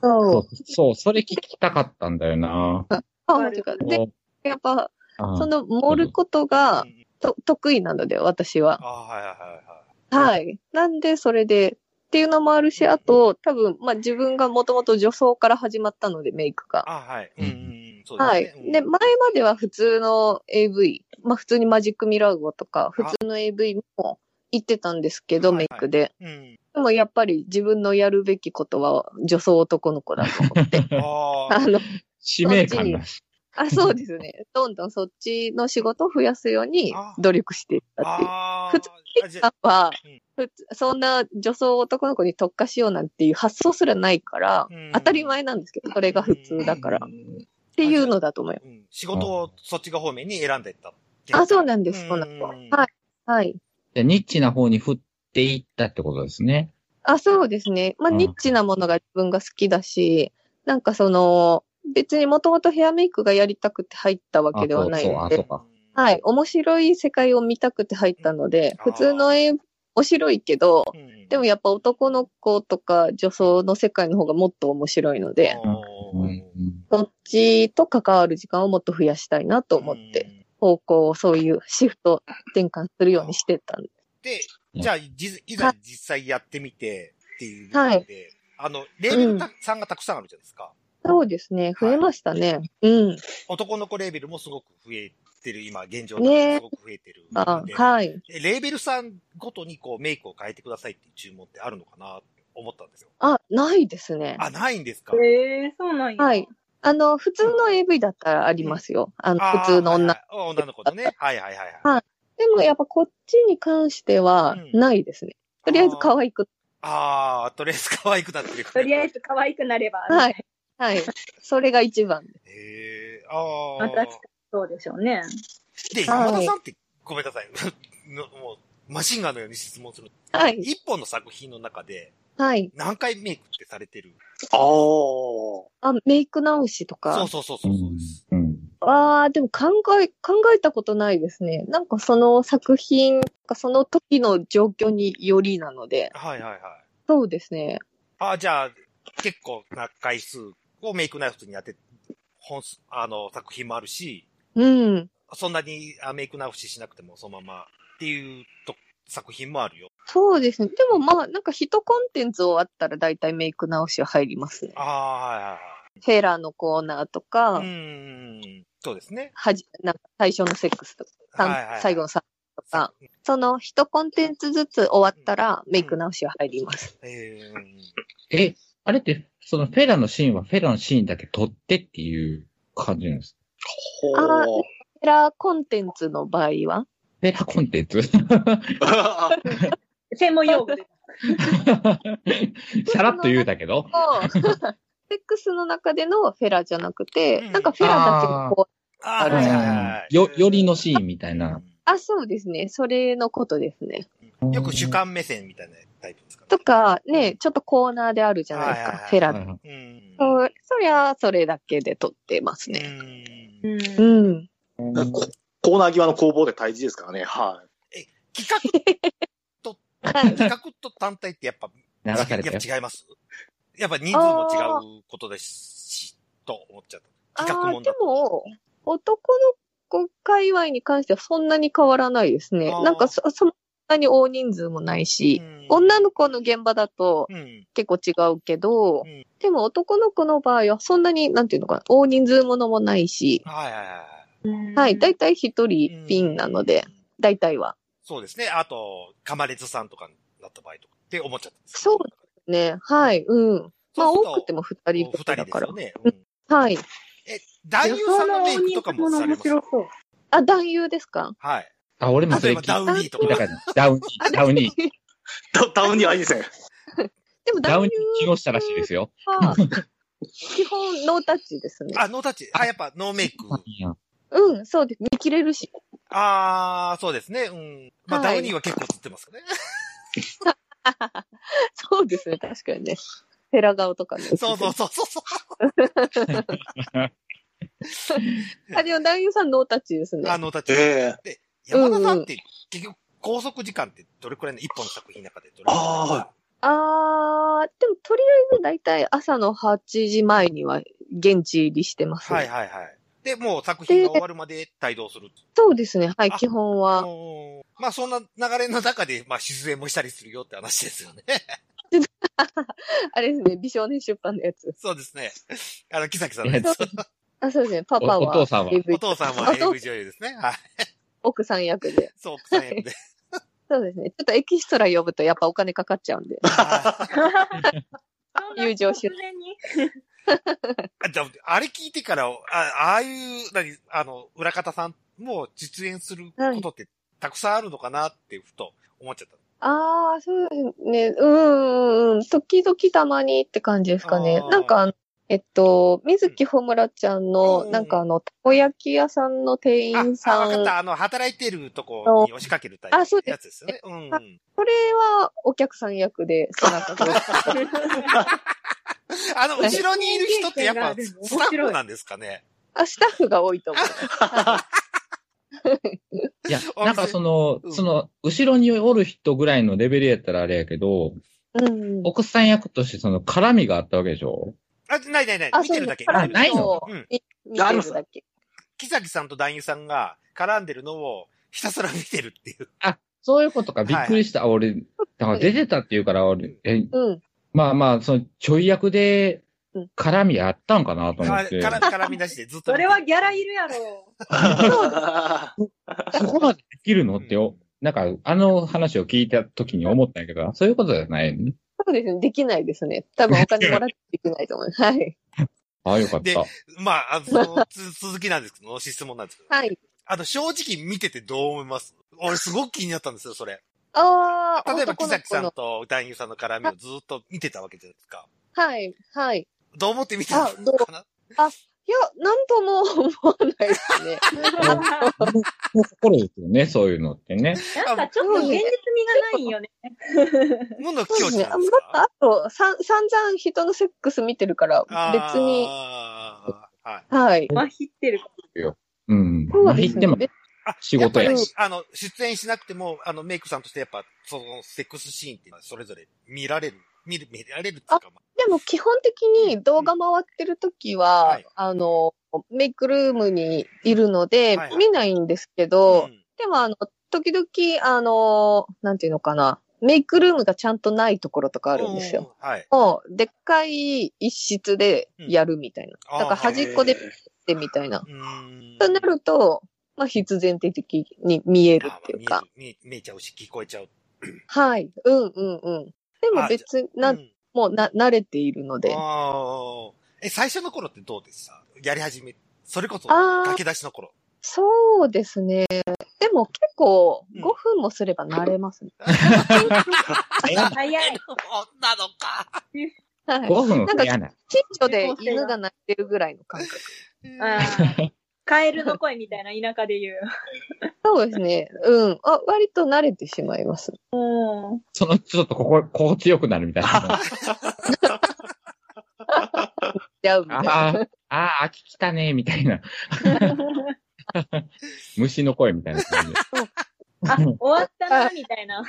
Speaker 4: そ
Speaker 2: そう、そう、それ聞きたかったんだよな。
Speaker 4: あマジかで、
Speaker 2: こ
Speaker 4: やっぱ、
Speaker 2: うあ
Speaker 4: その、盛ることが
Speaker 1: うん
Speaker 4: と得意なので、私は。
Speaker 1: ああ、はいはいはいは
Speaker 4: はい。なんで、それで、っていうのもあるし、あと、多分、まあ自分がもともと女装から始まったので、メイクが。
Speaker 1: い。あはい。うんうんうん。そう
Speaker 4: は
Speaker 1: で
Speaker 4: い
Speaker 1: すね。うん。
Speaker 4: で、前までは普通の AV、まあ普通にマジックミラー号とか、普通の AV も行ってたんですけど、
Speaker 1: はいはい
Speaker 4: メイクで。
Speaker 1: うん。
Speaker 4: でもやっぱり自分のやるべきことは女装男の子だと思って。
Speaker 1: あ あ
Speaker 4: あ。の、
Speaker 2: 使命感だ。
Speaker 4: あ、そうですね。どんどんそっちの仕事を増やすように努力していったっていう。
Speaker 1: ああ。
Speaker 4: 普通
Speaker 1: あじゃ
Speaker 4: さんは
Speaker 1: うん、
Speaker 4: ふつそんな女装男の子に特化しようなんていう発想すらないから
Speaker 1: うん、
Speaker 4: 当たり前なんですけど、それが普通だから、っ
Speaker 3: ん
Speaker 4: ていうのだと思います。
Speaker 1: うん、仕事をそっちが方面に選んでいった。
Speaker 4: あ、そうなんです、
Speaker 1: う
Speaker 4: そ
Speaker 1: ん
Speaker 4: うなんです。はい。はい。
Speaker 2: じゃあニッチな方に振っていったってことですね。
Speaker 4: あ、そうですね。まあ、
Speaker 2: うん
Speaker 4: ニッチなものが自分が好きだし、なんかその、別にもともとヘアメイクがやりたくて入ったわけではない
Speaker 2: あ
Speaker 4: の
Speaker 2: そう
Speaker 4: で、
Speaker 2: か
Speaker 4: はい。。面白い世界を見たくて入ったので、
Speaker 1: うん
Speaker 4: 普通の絵、面白いけど、
Speaker 1: うん
Speaker 4: でもやっぱ男の子とか女装の世界の方がもっと面白いので、
Speaker 2: うん
Speaker 1: う
Speaker 2: うんん
Speaker 4: そっちと関わる時間をもっと増やしたいなと思って、。方向をそういうシフト転換するようにしてったんで。
Speaker 1: で、
Speaker 2: うん
Speaker 1: じゃあ、いざいざ実際やってみてっていうので、
Speaker 4: はい
Speaker 1: あの、レーベルたさんがたくさんあるじゃないですか。
Speaker 4: そうですね。増えましたね。うん。
Speaker 1: 男の子レーベルもすごく増えてる、今、現状だと
Speaker 4: ねえ
Speaker 1: すごく増えてる
Speaker 4: あ
Speaker 1: ので、
Speaker 4: はい。
Speaker 1: でレーベルさんごとにこうメイクを変えてくださいっていう注文ってあるのかなと思ったんですよ。
Speaker 4: あ、ないですね。
Speaker 1: あ、ないんですか
Speaker 5: ええそうなんや。
Speaker 4: はい。あの、普通の AV だったらありますよ。あの、
Speaker 1: あー
Speaker 4: 普通の
Speaker 1: は
Speaker 4: 女。
Speaker 1: いはい女の子のね。はいはいはいはい。
Speaker 4: はいでもやっぱこっちに関しては
Speaker 1: うん
Speaker 4: ないですね。とりあえず可愛く。
Speaker 1: あー、とりあえず可愛くなってる。
Speaker 5: とりあえず可愛くなれば。
Speaker 4: はい。はい。それが一番。
Speaker 1: へえ、ああ。
Speaker 5: またそうでしょうね。
Speaker 1: で、
Speaker 4: はい
Speaker 1: 山田さんって、ごめんなさい。 のもう、マシンガンのように質問する。
Speaker 4: はい。
Speaker 1: 一本の作品の中で、
Speaker 4: はい。
Speaker 1: 何回メイクってされてる
Speaker 3: ああ。
Speaker 4: あ、メイク直しと
Speaker 1: そ
Speaker 4: か
Speaker 1: う。そうそう
Speaker 2: う
Speaker 1: そう。
Speaker 2: んうん
Speaker 4: ああ、でも考え、考えたことないですね。なんかその作品、その時の状況によりなので。
Speaker 1: はいはいはい。
Speaker 4: そうですね。
Speaker 1: ああ、じゃあ、結構な回数をメイクナイフに当て、本数、あの、作品もあるし、
Speaker 4: うん。
Speaker 1: そんなにあメイク直ししなくてもそのままっていうと作品もあるよ。
Speaker 4: そうですね。でもまあ、なんか一コンテンツ終わったら大体メイク直しは入りますね。
Speaker 1: あ
Speaker 4: フェラのコーナーと
Speaker 1: あ、
Speaker 4: か、
Speaker 1: はいはいはい。うーん、そうですね。
Speaker 4: はじ、なんか最初のセックスとか、さん
Speaker 1: はいはいはい
Speaker 4: 最後の3と
Speaker 1: さ
Speaker 4: か、その一コンテンツずつ終わったらメイク直しは入ります。
Speaker 1: えー
Speaker 2: え、あれって、そのフェラのシーンはフェラのシーンだけ撮ってっていう感じなんですか
Speaker 3: ほ
Speaker 4: あ
Speaker 3: う。
Speaker 4: フェラコンテンツの場合は
Speaker 2: フェラコンテン ツ
Speaker 5: 専門用語で。
Speaker 2: さらっと言うだけど。
Speaker 4: を セックスの中でのフェラじゃなくて、
Speaker 1: うん
Speaker 4: なんかフェラだけがこう、
Speaker 1: あ
Speaker 4: あ
Speaker 1: ー
Speaker 4: る
Speaker 1: は
Speaker 4: じ
Speaker 1: い
Speaker 4: ゃ
Speaker 1: は
Speaker 4: ない
Speaker 1: はい
Speaker 2: うんよ、よりのシーンみたいな。
Speaker 4: あ、そうですね。それのことですね。
Speaker 1: うんよく主観目線みたいなタイプですかね
Speaker 4: とか、ね、ちょっとコーナーであるじゃないです
Speaker 1: はい
Speaker 4: か、
Speaker 1: はいはい
Speaker 4: フェ
Speaker 2: は
Speaker 4: ラ
Speaker 2: いはい
Speaker 1: うん。
Speaker 4: そそりゃ、それだけで撮ってますね。
Speaker 1: うん
Speaker 5: うん。
Speaker 4: うん。
Speaker 3: こコーナー際の攻防で大事ですからね。はい。
Speaker 1: 企画と、
Speaker 4: はい
Speaker 1: 企画と単体ってやっぱ、
Speaker 2: 流されたよ。
Speaker 1: やっぱ違いますやっぱ人数も違うことですし、と思っちゃった。
Speaker 4: あ
Speaker 1: 企画
Speaker 4: あ
Speaker 1: も
Speaker 4: ー
Speaker 1: ん
Speaker 4: で
Speaker 1: だと。
Speaker 4: も、男の子界隈に関してはそんなに変わらないですね
Speaker 1: あ。ー
Speaker 4: なんかそ、そのなに大人数もないし、女の子の現場だと
Speaker 1: うん。
Speaker 4: 結構違うけど、
Speaker 1: うん
Speaker 4: でも男の子の場合はそんなに、なんていうのかな、大人数ものもないし、
Speaker 1: はいはいは
Speaker 4: はい、だいたい一
Speaker 1: い。
Speaker 4: 人ピンなので、
Speaker 1: うん。
Speaker 4: だいたいは。
Speaker 1: そうですね。あと、カマレツさんとかになった場合とかって思っちゃったんです
Speaker 4: そうね、はい、うん。ま
Speaker 1: そ
Speaker 4: あ
Speaker 1: うすると
Speaker 4: 多くても二人
Speaker 1: お
Speaker 4: ぐら
Speaker 1: 二
Speaker 4: い
Speaker 1: 人
Speaker 4: だ
Speaker 1: で
Speaker 4: か
Speaker 1: す
Speaker 4: ら
Speaker 1: よ。ね。
Speaker 4: う
Speaker 1: うん
Speaker 4: はい。
Speaker 1: え、男優さんのメイクとかもされます
Speaker 5: 面白そう。
Speaker 4: あ、男優ですか
Speaker 1: はい。
Speaker 2: あ、俺もそ
Speaker 1: 例え
Speaker 2: れ聞
Speaker 1: ば
Speaker 2: い
Speaker 1: ダウニーと
Speaker 2: 聞いた
Speaker 1: か。
Speaker 2: からなダウニー、ダウニー、
Speaker 3: ダダウンにはいいですね。
Speaker 4: でも
Speaker 2: ダウ
Speaker 4: 男
Speaker 2: ニ
Speaker 4: 優
Speaker 2: ー木下らしいですよ。
Speaker 4: は、基本ノータッチですね。
Speaker 1: あ、ノータッチ。あ、やっぱノーメイク。
Speaker 4: うん、そうです。見切れるし。
Speaker 1: あー、そうですね。うん。まあ、
Speaker 4: はい
Speaker 1: ダウニーは結構つってますよね。
Speaker 4: そうですね、確かにね。ペラ顔とかね。
Speaker 1: そうそうそうそうそう。
Speaker 4: あ、でも男優さんノータッチですね
Speaker 1: あ、。ノータッチ。
Speaker 3: ええ
Speaker 1: 山田さんって、結局、拘束時間ってどれくらいの一本の作品の中でどれくらい
Speaker 3: あーは
Speaker 4: あー、でもとりあえずだいたい朝の8時前には現地入りしてます、ね。
Speaker 1: はいはいはい。で、もう作品が終わるまで帯同する。
Speaker 4: そうですね、はい、
Speaker 1: あ
Speaker 4: 基本は。
Speaker 1: おーまあそんな流れの中で、まあ出演もしたりするよって話ですよね。
Speaker 4: あれですね、美少年出版のやつ。
Speaker 1: そうですね。あの、木崎さんのやつ。
Speaker 4: あ、そうですね、パパは。
Speaker 2: おお父さんは
Speaker 4: AV
Speaker 1: お父さんも
Speaker 4: あそう
Speaker 1: AV 女優ですね。はい。
Speaker 4: 奥さん役で。
Speaker 1: そう、奥さん 役で。
Speaker 4: そうですね。ちょっとエキストラ呼ぶとやっぱお金かかっちゃうんで。
Speaker 1: はい
Speaker 4: 友情し
Speaker 5: 突然に
Speaker 1: あじゃああれ聞いてから、あああいう、何、あの、裏方さんも実演することってたくさんあるのかなってふと思っちゃった。
Speaker 4: ああ、そうですね。うーん、時々たまにって感じですかね
Speaker 1: あ。ー
Speaker 4: なんかあの、えっと、水木ほむらちゃんの、
Speaker 1: うん
Speaker 4: なんかあの、たこ焼き屋さんの店員
Speaker 1: あ、あ
Speaker 4: さ
Speaker 1: わかっ
Speaker 4: ん。
Speaker 1: た。あの、働いてるとこに押しかけるタイ
Speaker 4: あそう
Speaker 1: プ
Speaker 4: です
Speaker 1: やつですよね。うん。
Speaker 4: これはお客さん役で、背中が。
Speaker 1: あの、後ろにいる人ってやっぱスタッフなんですかね。
Speaker 4: あ、スタッフが多いと思う。
Speaker 2: い や、なんかその、その、後ろにおる人ぐらいのレベルやったらあれやけど、
Speaker 4: うん。
Speaker 2: 奥さん役としてその絡みがあったわけでしょ
Speaker 1: あ、ないないない。
Speaker 4: あ、
Speaker 1: 見てるだけ。
Speaker 4: そう
Speaker 2: あ
Speaker 1: 見てるだ
Speaker 2: な
Speaker 1: け
Speaker 2: いの
Speaker 1: うん
Speaker 4: 見見てるだけ。
Speaker 1: 木崎さんと男優さんが絡んでるのをひたすら見てるっていう。
Speaker 2: そういうことか、びっくりした。俺、だから出てたって言うから、俺、え、
Speaker 4: うん。
Speaker 2: まあまあ、その、ちょい役で
Speaker 4: うん、
Speaker 2: 絡みあったんかなと思
Speaker 1: か
Speaker 2: って。
Speaker 1: 絡絡み出しでずっと
Speaker 5: そ
Speaker 1: 見て
Speaker 5: れ
Speaker 1: る。
Speaker 5: はギャラいるやろ。
Speaker 2: そこまでできるのって
Speaker 1: うん、
Speaker 2: なんか、あの話を聞いた時に思ったんやけど、そういうことじゃないのね
Speaker 4: そうですね。できないですね。多分お金もらってできないと 思う。はい。
Speaker 2: ああ、よかっ
Speaker 1: で
Speaker 2: た。
Speaker 1: まあ、あの、そのつ続きなんですけど、質問なんですけど。
Speaker 4: はい。
Speaker 1: あの、正直見ててどう思います俺すごく気になったんですよ、それ。
Speaker 4: ああ、
Speaker 1: 例えば木
Speaker 4: 男の
Speaker 1: 崎
Speaker 4: 子
Speaker 1: さん
Speaker 4: の。
Speaker 1: と男優さんの絡みをずっと見てたわけじゃないですか。
Speaker 4: はい、はい。
Speaker 1: どう思って見てた
Speaker 4: あど
Speaker 1: の
Speaker 4: う
Speaker 1: かない
Speaker 4: や、なんとも思わないですね。
Speaker 2: 心ですよね、そういうのってね。
Speaker 5: なんかちょっと現実味がないよね。
Speaker 1: もの
Speaker 4: そう
Speaker 1: 境地
Speaker 4: ですね。
Speaker 1: な
Speaker 4: あ
Speaker 1: んです
Speaker 4: ま
Speaker 1: か
Speaker 4: あと、さん、散々人のセックス見てるから、別に、
Speaker 1: あーはい。
Speaker 4: はい。
Speaker 5: まひってる。
Speaker 2: うん。
Speaker 4: そう
Speaker 2: まあ
Speaker 4: です
Speaker 2: 言って
Speaker 4: ね
Speaker 2: も。
Speaker 4: 別
Speaker 1: あ
Speaker 2: 仕事や
Speaker 1: っぱりあの、出演しなくても、あの、メイクさんとしてやっぱ、その、セックスシーンっていうのはそれぞれ見られる、見る、見られるっていうか、ま
Speaker 4: でも基本的に動画回ってる時は、
Speaker 1: はい
Speaker 4: あの、メイクルームにいるので、
Speaker 1: はい
Speaker 4: 見ないんですけ
Speaker 1: あ
Speaker 4: ど、
Speaker 1: うん
Speaker 4: でもあの、時々、あの、なんていうのかな、メイクルームがちゃんとないところとかあるんですよ。。
Speaker 1: うんはい。
Speaker 4: もう、でっかい一室でやるみたいな。
Speaker 1: うん
Speaker 4: だから
Speaker 1: あーはい
Speaker 4: 端っこで見てみたいな。
Speaker 1: うーん。
Speaker 4: となると、まあ必然的に見えるっていう
Speaker 1: あ
Speaker 4: か
Speaker 1: まあ。見える見見えちゃうし、聞こえちゃう。
Speaker 4: はい。うんうんうん。でも
Speaker 1: あ
Speaker 4: 別に、な、
Speaker 1: うんん
Speaker 4: もうな、慣れているので。
Speaker 1: あーえ、最初の頃ってどうでしたやり始め、それこそ、
Speaker 4: あー
Speaker 1: 駆け出しの頃。
Speaker 4: そうですね。でも結構
Speaker 1: うん
Speaker 4: 5分もすれば慣れますね。
Speaker 5: 早い。
Speaker 1: 女のか。
Speaker 4: はい。
Speaker 2: 5分
Speaker 4: なんか
Speaker 2: 嫌な。
Speaker 4: 近所で犬が鳴ってるぐらいの感覚。
Speaker 5: あーカエルの声みたいな田舎で言う。
Speaker 4: そうですね。うん。あ、割と慣れてしまいます。
Speaker 5: うん。
Speaker 2: その、ちょっとここ、 心地よくなるみたいな。
Speaker 4: 出会うみたいな。
Speaker 2: あーあー、飽ききたね、みたいな。虫の声みたいな感じで。
Speaker 5: あ、終わったな、みたいな。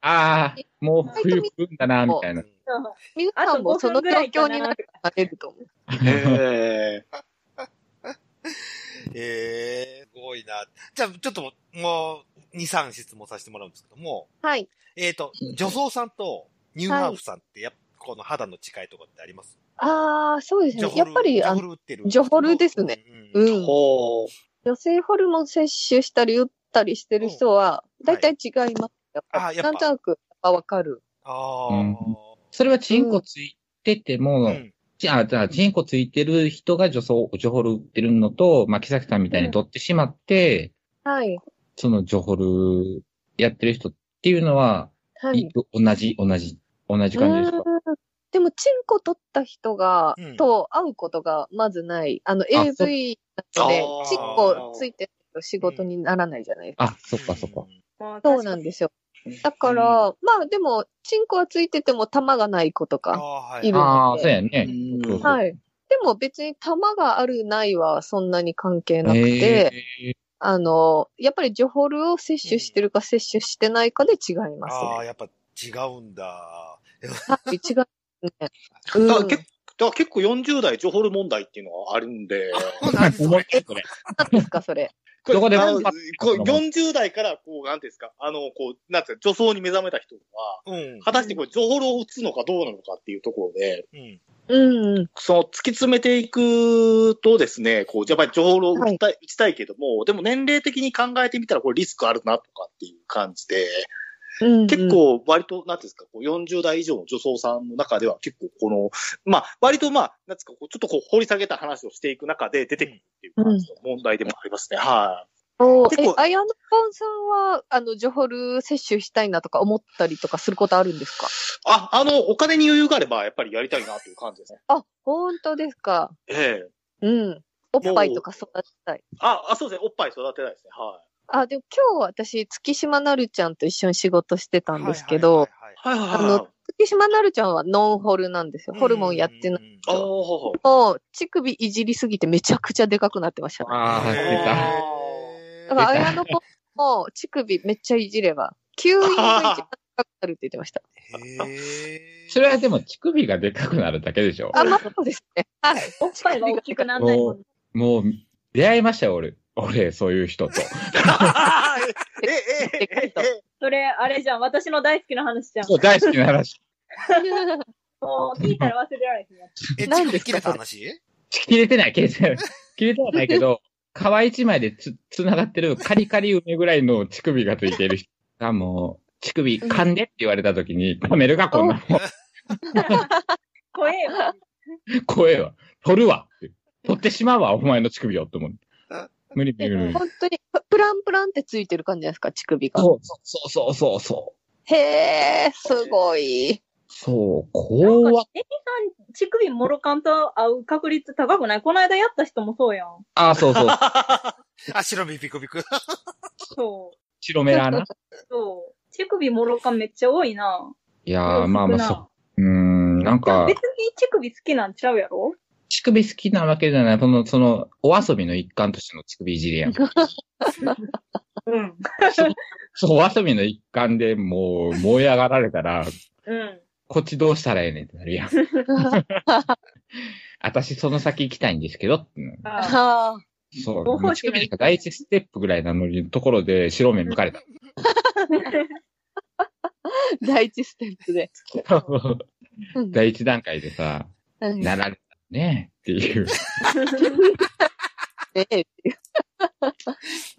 Speaker 2: ああ、もう冬来るんだな、みたいな。
Speaker 5: そう
Speaker 4: 皆
Speaker 5: あ
Speaker 4: さ
Speaker 5: と
Speaker 4: んも
Speaker 5: 5
Speaker 4: そ
Speaker 5: 分
Speaker 4: の
Speaker 5: ぐ
Speaker 4: 状
Speaker 5: らい
Speaker 4: 況
Speaker 5: か
Speaker 4: に
Speaker 5: な
Speaker 4: な。れると思う。
Speaker 3: ええ
Speaker 1: ええすごいな。じゃあ、ちょっともう、 2、3質問させてもらうんですけども、
Speaker 4: はい。
Speaker 1: えっ、と、女装さんとニューハーフさんって、やっぱこの肌の違いとかってあります
Speaker 4: ああ、そうです
Speaker 1: ジョ
Speaker 4: ね。
Speaker 1: ホ
Speaker 4: や
Speaker 1: ル
Speaker 4: っぱり、
Speaker 1: ジョ
Speaker 4: あ
Speaker 1: ホ
Speaker 4: の、
Speaker 1: ル打ってる。
Speaker 4: ジョホルですね
Speaker 1: うん。うん
Speaker 4: うん。
Speaker 3: ほう。
Speaker 4: 女性ホルモン摂取したり打ったりしてる人は、
Speaker 1: うんは
Speaker 4: だ
Speaker 1: い
Speaker 4: いたい違います。やっ
Speaker 1: あ
Speaker 4: ぱ
Speaker 1: ーやっぱ
Speaker 4: なんとなく、やっぱわかる。
Speaker 1: あ
Speaker 2: う
Speaker 1: あ
Speaker 2: ん。それはチンコついてても、
Speaker 1: うん。
Speaker 2: じゃあ、じゃあ、チンコついてる人が女装、女ホル売ってるのと、巻崎さんみたいに取ってしまって、
Speaker 4: はい。
Speaker 2: その女ホルやってる人っていうのは、
Speaker 4: はい。
Speaker 2: い同じ、同じ、同じ感じですか
Speaker 4: うーんでも、チンコ取った人が、
Speaker 1: うん
Speaker 4: と会うことがまずない。あの、
Speaker 2: あ
Speaker 4: AV なので
Speaker 3: あ、ー
Speaker 4: チンコついてないと仕事にならないじゃないですか。
Speaker 2: あ、そっかそっか。
Speaker 5: まあ、
Speaker 4: そうなん
Speaker 5: で
Speaker 4: ですよ。だから、まあでも、チンコはついてても玉がない子と
Speaker 1: あ
Speaker 4: か。
Speaker 1: あ、はいい。
Speaker 4: る
Speaker 2: ああ、そうや
Speaker 3: う
Speaker 2: ね。
Speaker 3: ん
Speaker 2: そうそう
Speaker 4: はい。でも別に玉があるないはそんなに関係なくて、
Speaker 2: えー
Speaker 4: あの、やっぱりジョホルを摂取してるか摂取してないかで違います
Speaker 1: あ
Speaker 4: ね。
Speaker 1: あ、やっぱ違うんだ。
Speaker 4: はい、違いますね。
Speaker 3: だか
Speaker 4: う
Speaker 3: ら
Speaker 4: ん
Speaker 3: けだから結構40代ジョホル問題っていうのがあるんで、
Speaker 1: もう 何そ
Speaker 2: 思い
Speaker 1: れ
Speaker 2: ついたね
Speaker 4: 何ですか、それ。
Speaker 3: これ
Speaker 2: どこでも
Speaker 3: あの
Speaker 2: パッ
Speaker 3: こう40代から、こう、なんていうんですか、あの、こう、なんていうんですか、女装に目覚めた人は、
Speaker 1: うん。
Speaker 3: 果たしてこれ、ジョホルを打つのかどうなのかっていうところで、
Speaker 1: うん。
Speaker 4: うんうん。
Speaker 3: その突き詰めていくとですね、こう、やっぱり情報を打ちたい,、打ちたいけども、でも年齢的に考えてみたらこれリスクあるなとかっていう感じで、
Speaker 4: うんうん
Speaker 3: 結構割と、なんていうんですか、こう40代以上の女装さんの中では結構この、まあ、割とまあ、なんですか、こうちょっとこう掘り下げた話をしていく中で出てくるっていう感じの問題でもありますね。はい。
Speaker 4: おー
Speaker 3: 結構
Speaker 4: え、綾野剛さんは、あの、ジョホル摂取したいなとか思ったりとかすることあるんですか
Speaker 3: あ、あの、お金に余裕があればやっぱりやりたいなという感じですね。
Speaker 4: あ、本当ですか。
Speaker 3: ええ
Speaker 4: うん。おっぱいとか育てたい。
Speaker 3: あ、あ、そうですね。おっぱい育てないですね。は
Speaker 4: あ、でも今日私、月島なるちゃんと一緒に仕事してたんですけど、
Speaker 1: はいはい
Speaker 3: い。はいはい
Speaker 4: あ
Speaker 3: はいはい
Speaker 4: の。月島なるちゃんはノンホルなんですよ。
Speaker 1: はい
Speaker 4: ホルモンやってない。。
Speaker 1: うん
Speaker 3: ああ、
Speaker 4: もう、乳首いじりすぎてめちゃくちゃでかくなってましたね。
Speaker 2: ああ、出た。
Speaker 4: だから、
Speaker 1: た
Speaker 4: 綾野剛も乳首めっちゃいじれば、吸引が一番高くなるって言ってました。
Speaker 1: へえ。
Speaker 2: それはでも乳首がでかくなるだけでしょ。
Speaker 4: あ、まあそうですね。はい。
Speaker 5: す。おっぱいは大きくならないもん。
Speaker 2: もう、出会いましたよ、俺。俺、そういう人と。
Speaker 3: え、え、え、え、え、
Speaker 5: それ、あれじゃん。私の大好きな話じゃん。
Speaker 2: そう、大好きな話。
Speaker 5: もう、聞いたら忘れられへんやつ。
Speaker 1: え、
Speaker 4: 何
Speaker 1: 乳
Speaker 4: で
Speaker 1: 首
Speaker 4: すか
Speaker 1: 切れた話
Speaker 2: 切れてない、切れてない。切れてはないけど、皮一枚でつ、つながってるカリカリ梅ぐらいの乳首がついてる人がもう、乳首噛んでって言われた時に、噛めるか、こんなもん。
Speaker 5: 怖えよ。
Speaker 2: 怖えわ。取るわって。取ってしまうわ、お前の乳首をって思う
Speaker 1: あ。
Speaker 2: 無理無理無理。
Speaker 4: 本当に、プランプランってついてる感じじゃないですか、乳首が。
Speaker 2: そうそうそうそうそう。
Speaker 4: へえ、すごい。
Speaker 2: そう、
Speaker 5: なん
Speaker 2: 怖
Speaker 5: か
Speaker 2: っ。、
Speaker 5: ネギさん、乳首もろかんと合う確率高くないこの間やった人もそうやん。
Speaker 2: あ、そうそう。
Speaker 1: あ、白身ビクビク。
Speaker 5: そ
Speaker 2: 白目だな。
Speaker 5: う。そう。乳首もろかんめっちゃ多いな。
Speaker 2: いやー、まあまあ、
Speaker 5: 少
Speaker 2: そ
Speaker 5: な
Speaker 2: う。うーん、なん
Speaker 5: でも
Speaker 2: か
Speaker 5: 別、に乳首好きなんちゃうやろ
Speaker 2: 乳首好きなわけじゃない。その、その、お遊びの一環としての乳首いじりやん。
Speaker 5: うん。
Speaker 2: そう、お遊びの一環でもう燃え上がられた ら、
Speaker 5: うん。
Speaker 2: こっちどうしたらええねんってなるや ん。私その先行きたいんですけどってなる
Speaker 5: あ
Speaker 4: あー
Speaker 2: そう、
Speaker 5: ご
Speaker 2: も
Speaker 5: 奉
Speaker 2: う
Speaker 5: 仕
Speaker 2: 乳
Speaker 5: の
Speaker 2: 首
Speaker 5: 一環
Speaker 2: が第一ステップぐらいなのに、ところで白目向かれた。
Speaker 4: 第一ステップで。 うん
Speaker 2: 第一段階でさ、
Speaker 4: うん
Speaker 2: なられたねっていう。
Speaker 4: ねえ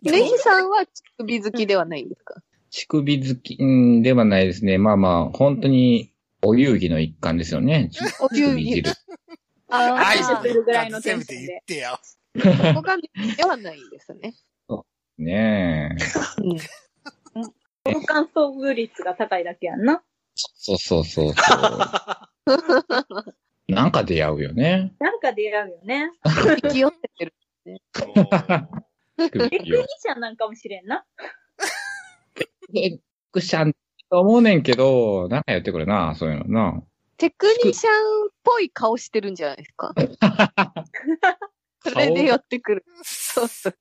Speaker 4: ネギさんは乳首好きではないんですか
Speaker 2: 乳首好きうんではないですね。まあまあ、本当に、お遊戯の一環ですよね。
Speaker 4: お遊戯
Speaker 2: 乳首いじる。
Speaker 5: あ
Speaker 1: 愛
Speaker 5: ー、
Speaker 1: して
Speaker 5: す
Speaker 1: る
Speaker 5: る
Speaker 1: ぐ
Speaker 5: ぐ
Speaker 1: ら
Speaker 5: ら
Speaker 1: い
Speaker 5: い
Speaker 1: の
Speaker 5: の
Speaker 1: テ
Speaker 5: テ
Speaker 1: ン
Speaker 5: ン
Speaker 1: シ
Speaker 5: シ
Speaker 1: ョ
Speaker 5: ョ
Speaker 1: ンで。言
Speaker 5: ン
Speaker 1: っ。
Speaker 5: で
Speaker 1: てよ。
Speaker 4: おがではないんですね。
Speaker 2: ねえ。
Speaker 4: うん
Speaker 5: 股間遭遇率が高いだけやんな。
Speaker 2: そうそうそうそう。なんか出会うよね。
Speaker 5: なんか出会うよね。
Speaker 4: 生き寄ってる。
Speaker 2: 乳首
Speaker 5: テクニ
Speaker 2: を。
Speaker 5: シャンなんかもしれんな。
Speaker 2: テクシャンと思うねんけど、なんかやってくるな、そういうの
Speaker 4: テクニシャンっぽい顔してるんじゃないですか。
Speaker 2: な。
Speaker 4: それで寄ってくる。そうそう。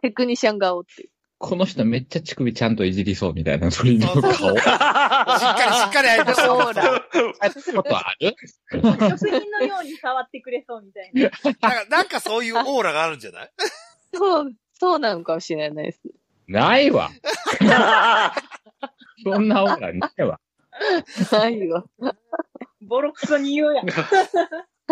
Speaker 4: テクニシャン顔っていう。
Speaker 2: この人めっちゃ乳首ちゃんといじりそうみたいな、それの
Speaker 1: そう
Speaker 2: 顔。あ
Speaker 1: しっかりしっかり愛して
Speaker 4: オーラ。
Speaker 2: ったことある
Speaker 5: 職人のように触ってくれそうみたいな。
Speaker 1: なんかなんかそういうオーラがあるんじゃない
Speaker 4: そう、そうなのかもしれないです。
Speaker 2: ないわ。
Speaker 3: あ
Speaker 2: そんなオーラないわ。
Speaker 4: ないわ。
Speaker 5: ボロクソに言うやん。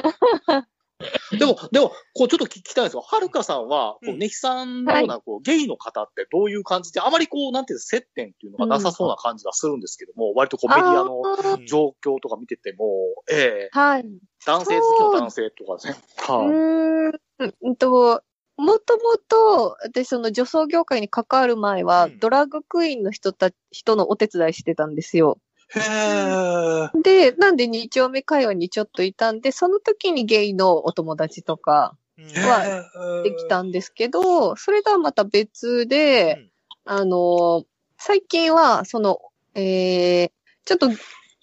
Speaker 3: ーでも、でも、こうちょっと聞きたいんですよ。はるかさんは、こ
Speaker 1: う
Speaker 3: う、
Speaker 1: ん
Speaker 3: ネヒさんのような、こう、ゲイの方ってどういう感じで、あまりこう、なんていうの接点っていうのがなさそうな感じがするんですけども、割とこう、メディアの
Speaker 4: あー
Speaker 3: 状況とか見てても、ええ
Speaker 4: はい。
Speaker 3: 男性好きの男性とかですね。は
Speaker 4: うーんと、もともと、私、その女装業界に関わる前は、
Speaker 1: うん
Speaker 4: ドラッグクイーンの人た人のお手伝いしてたんですよ。
Speaker 3: い。へえ。
Speaker 4: で、なんで二丁目会話にちょっといたんで、その時にゲイのお友達とか
Speaker 1: うん
Speaker 4: うわできたんですけど、それとはまた別で、あの、最近は、その、えー、ちょっと、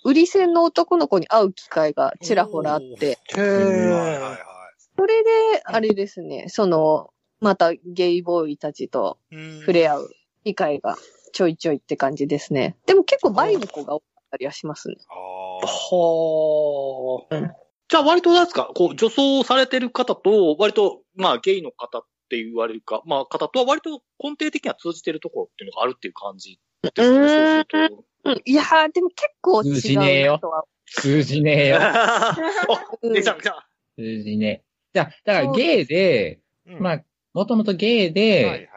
Speaker 4: 売り線の男の子に会う機会がちらほらあって、
Speaker 3: へ
Speaker 1: はいは
Speaker 3: え
Speaker 1: い。は
Speaker 4: それで、あれですね、その、またゲイボーイたちと
Speaker 1: い。うん
Speaker 4: 触れ合う機会がちょいちょいって感じですね。でも結構バイの子が多かったりはしますね。
Speaker 1: ああ。
Speaker 3: はあ、
Speaker 4: うん
Speaker 3: じゃあ割となんですか、こう、女装されてる方と、割と、まあ、ゲイの方って言われるか、まあ、方とは割と根底的には通じてるところっていうのがあるっていう感じです
Speaker 4: う
Speaker 3: ね。
Speaker 4: ーん
Speaker 3: そう すると。
Speaker 4: うん、いやー、でも結構
Speaker 2: 通じねえ
Speaker 4: 違う
Speaker 2: よ
Speaker 4: なとは。
Speaker 2: 通じねえよ。
Speaker 3: あ、
Speaker 4: うん
Speaker 3: で、じゃあ、じゃあ、
Speaker 2: 通じねえ。じゃあ、だからゲイで、
Speaker 1: うん
Speaker 2: まあ、もともとゲイ
Speaker 1: はい
Speaker 2: で、
Speaker 1: はい。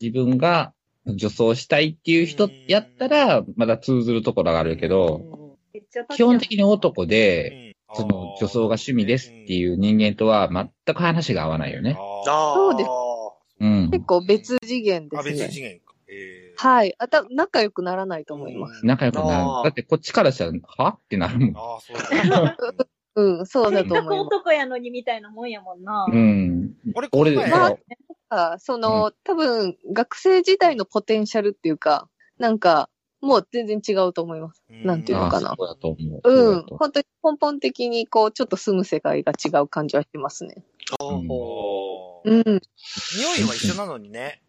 Speaker 2: 自分が女装したいっていう人やったら、まだ通ずるところがあるけど、
Speaker 5: めっちゃ高い
Speaker 2: 基本的に男
Speaker 1: う
Speaker 2: で、
Speaker 1: ん
Speaker 2: その女装が趣味ですっていう人間とは全く話が合わないよ
Speaker 1: あ
Speaker 2: ね。
Speaker 1: ー
Speaker 4: そうです
Speaker 2: うん。
Speaker 4: 結構別次元で
Speaker 1: あ、
Speaker 4: す
Speaker 1: 別
Speaker 4: ね。
Speaker 1: 次元か。えー
Speaker 4: はい。あた、仲良くならないと思います。
Speaker 2: 仲良くなる
Speaker 3: あー。
Speaker 2: だってこっちからしたら、はってなるもん。
Speaker 1: ああ、そうだ。
Speaker 4: うん、そうだと
Speaker 5: 男
Speaker 4: 思います。
Speaker 5: 男やのにみたいなもんやもんな。
Speaker 2: うん。
Speaker 1: 俺、
Speaker 2: 俺
Speaker 1: この前
Speaker 4: まああその、多分、学生時代のポテンシャルっていうか、なんか、もう全然違うと思います。なんていうのかな
Speaker 2: あーそうだと思う。
Speaker 4: う
Speaker 2: そだと
Speaker 4: ん。本当に根本的に、こう、ちょっと住む世界が違う感じはしますね。
Speaker 3: あー
Speaker 1: うん
Speaker 4: うん。
Speaker 1: 匂いは一緒なのにね。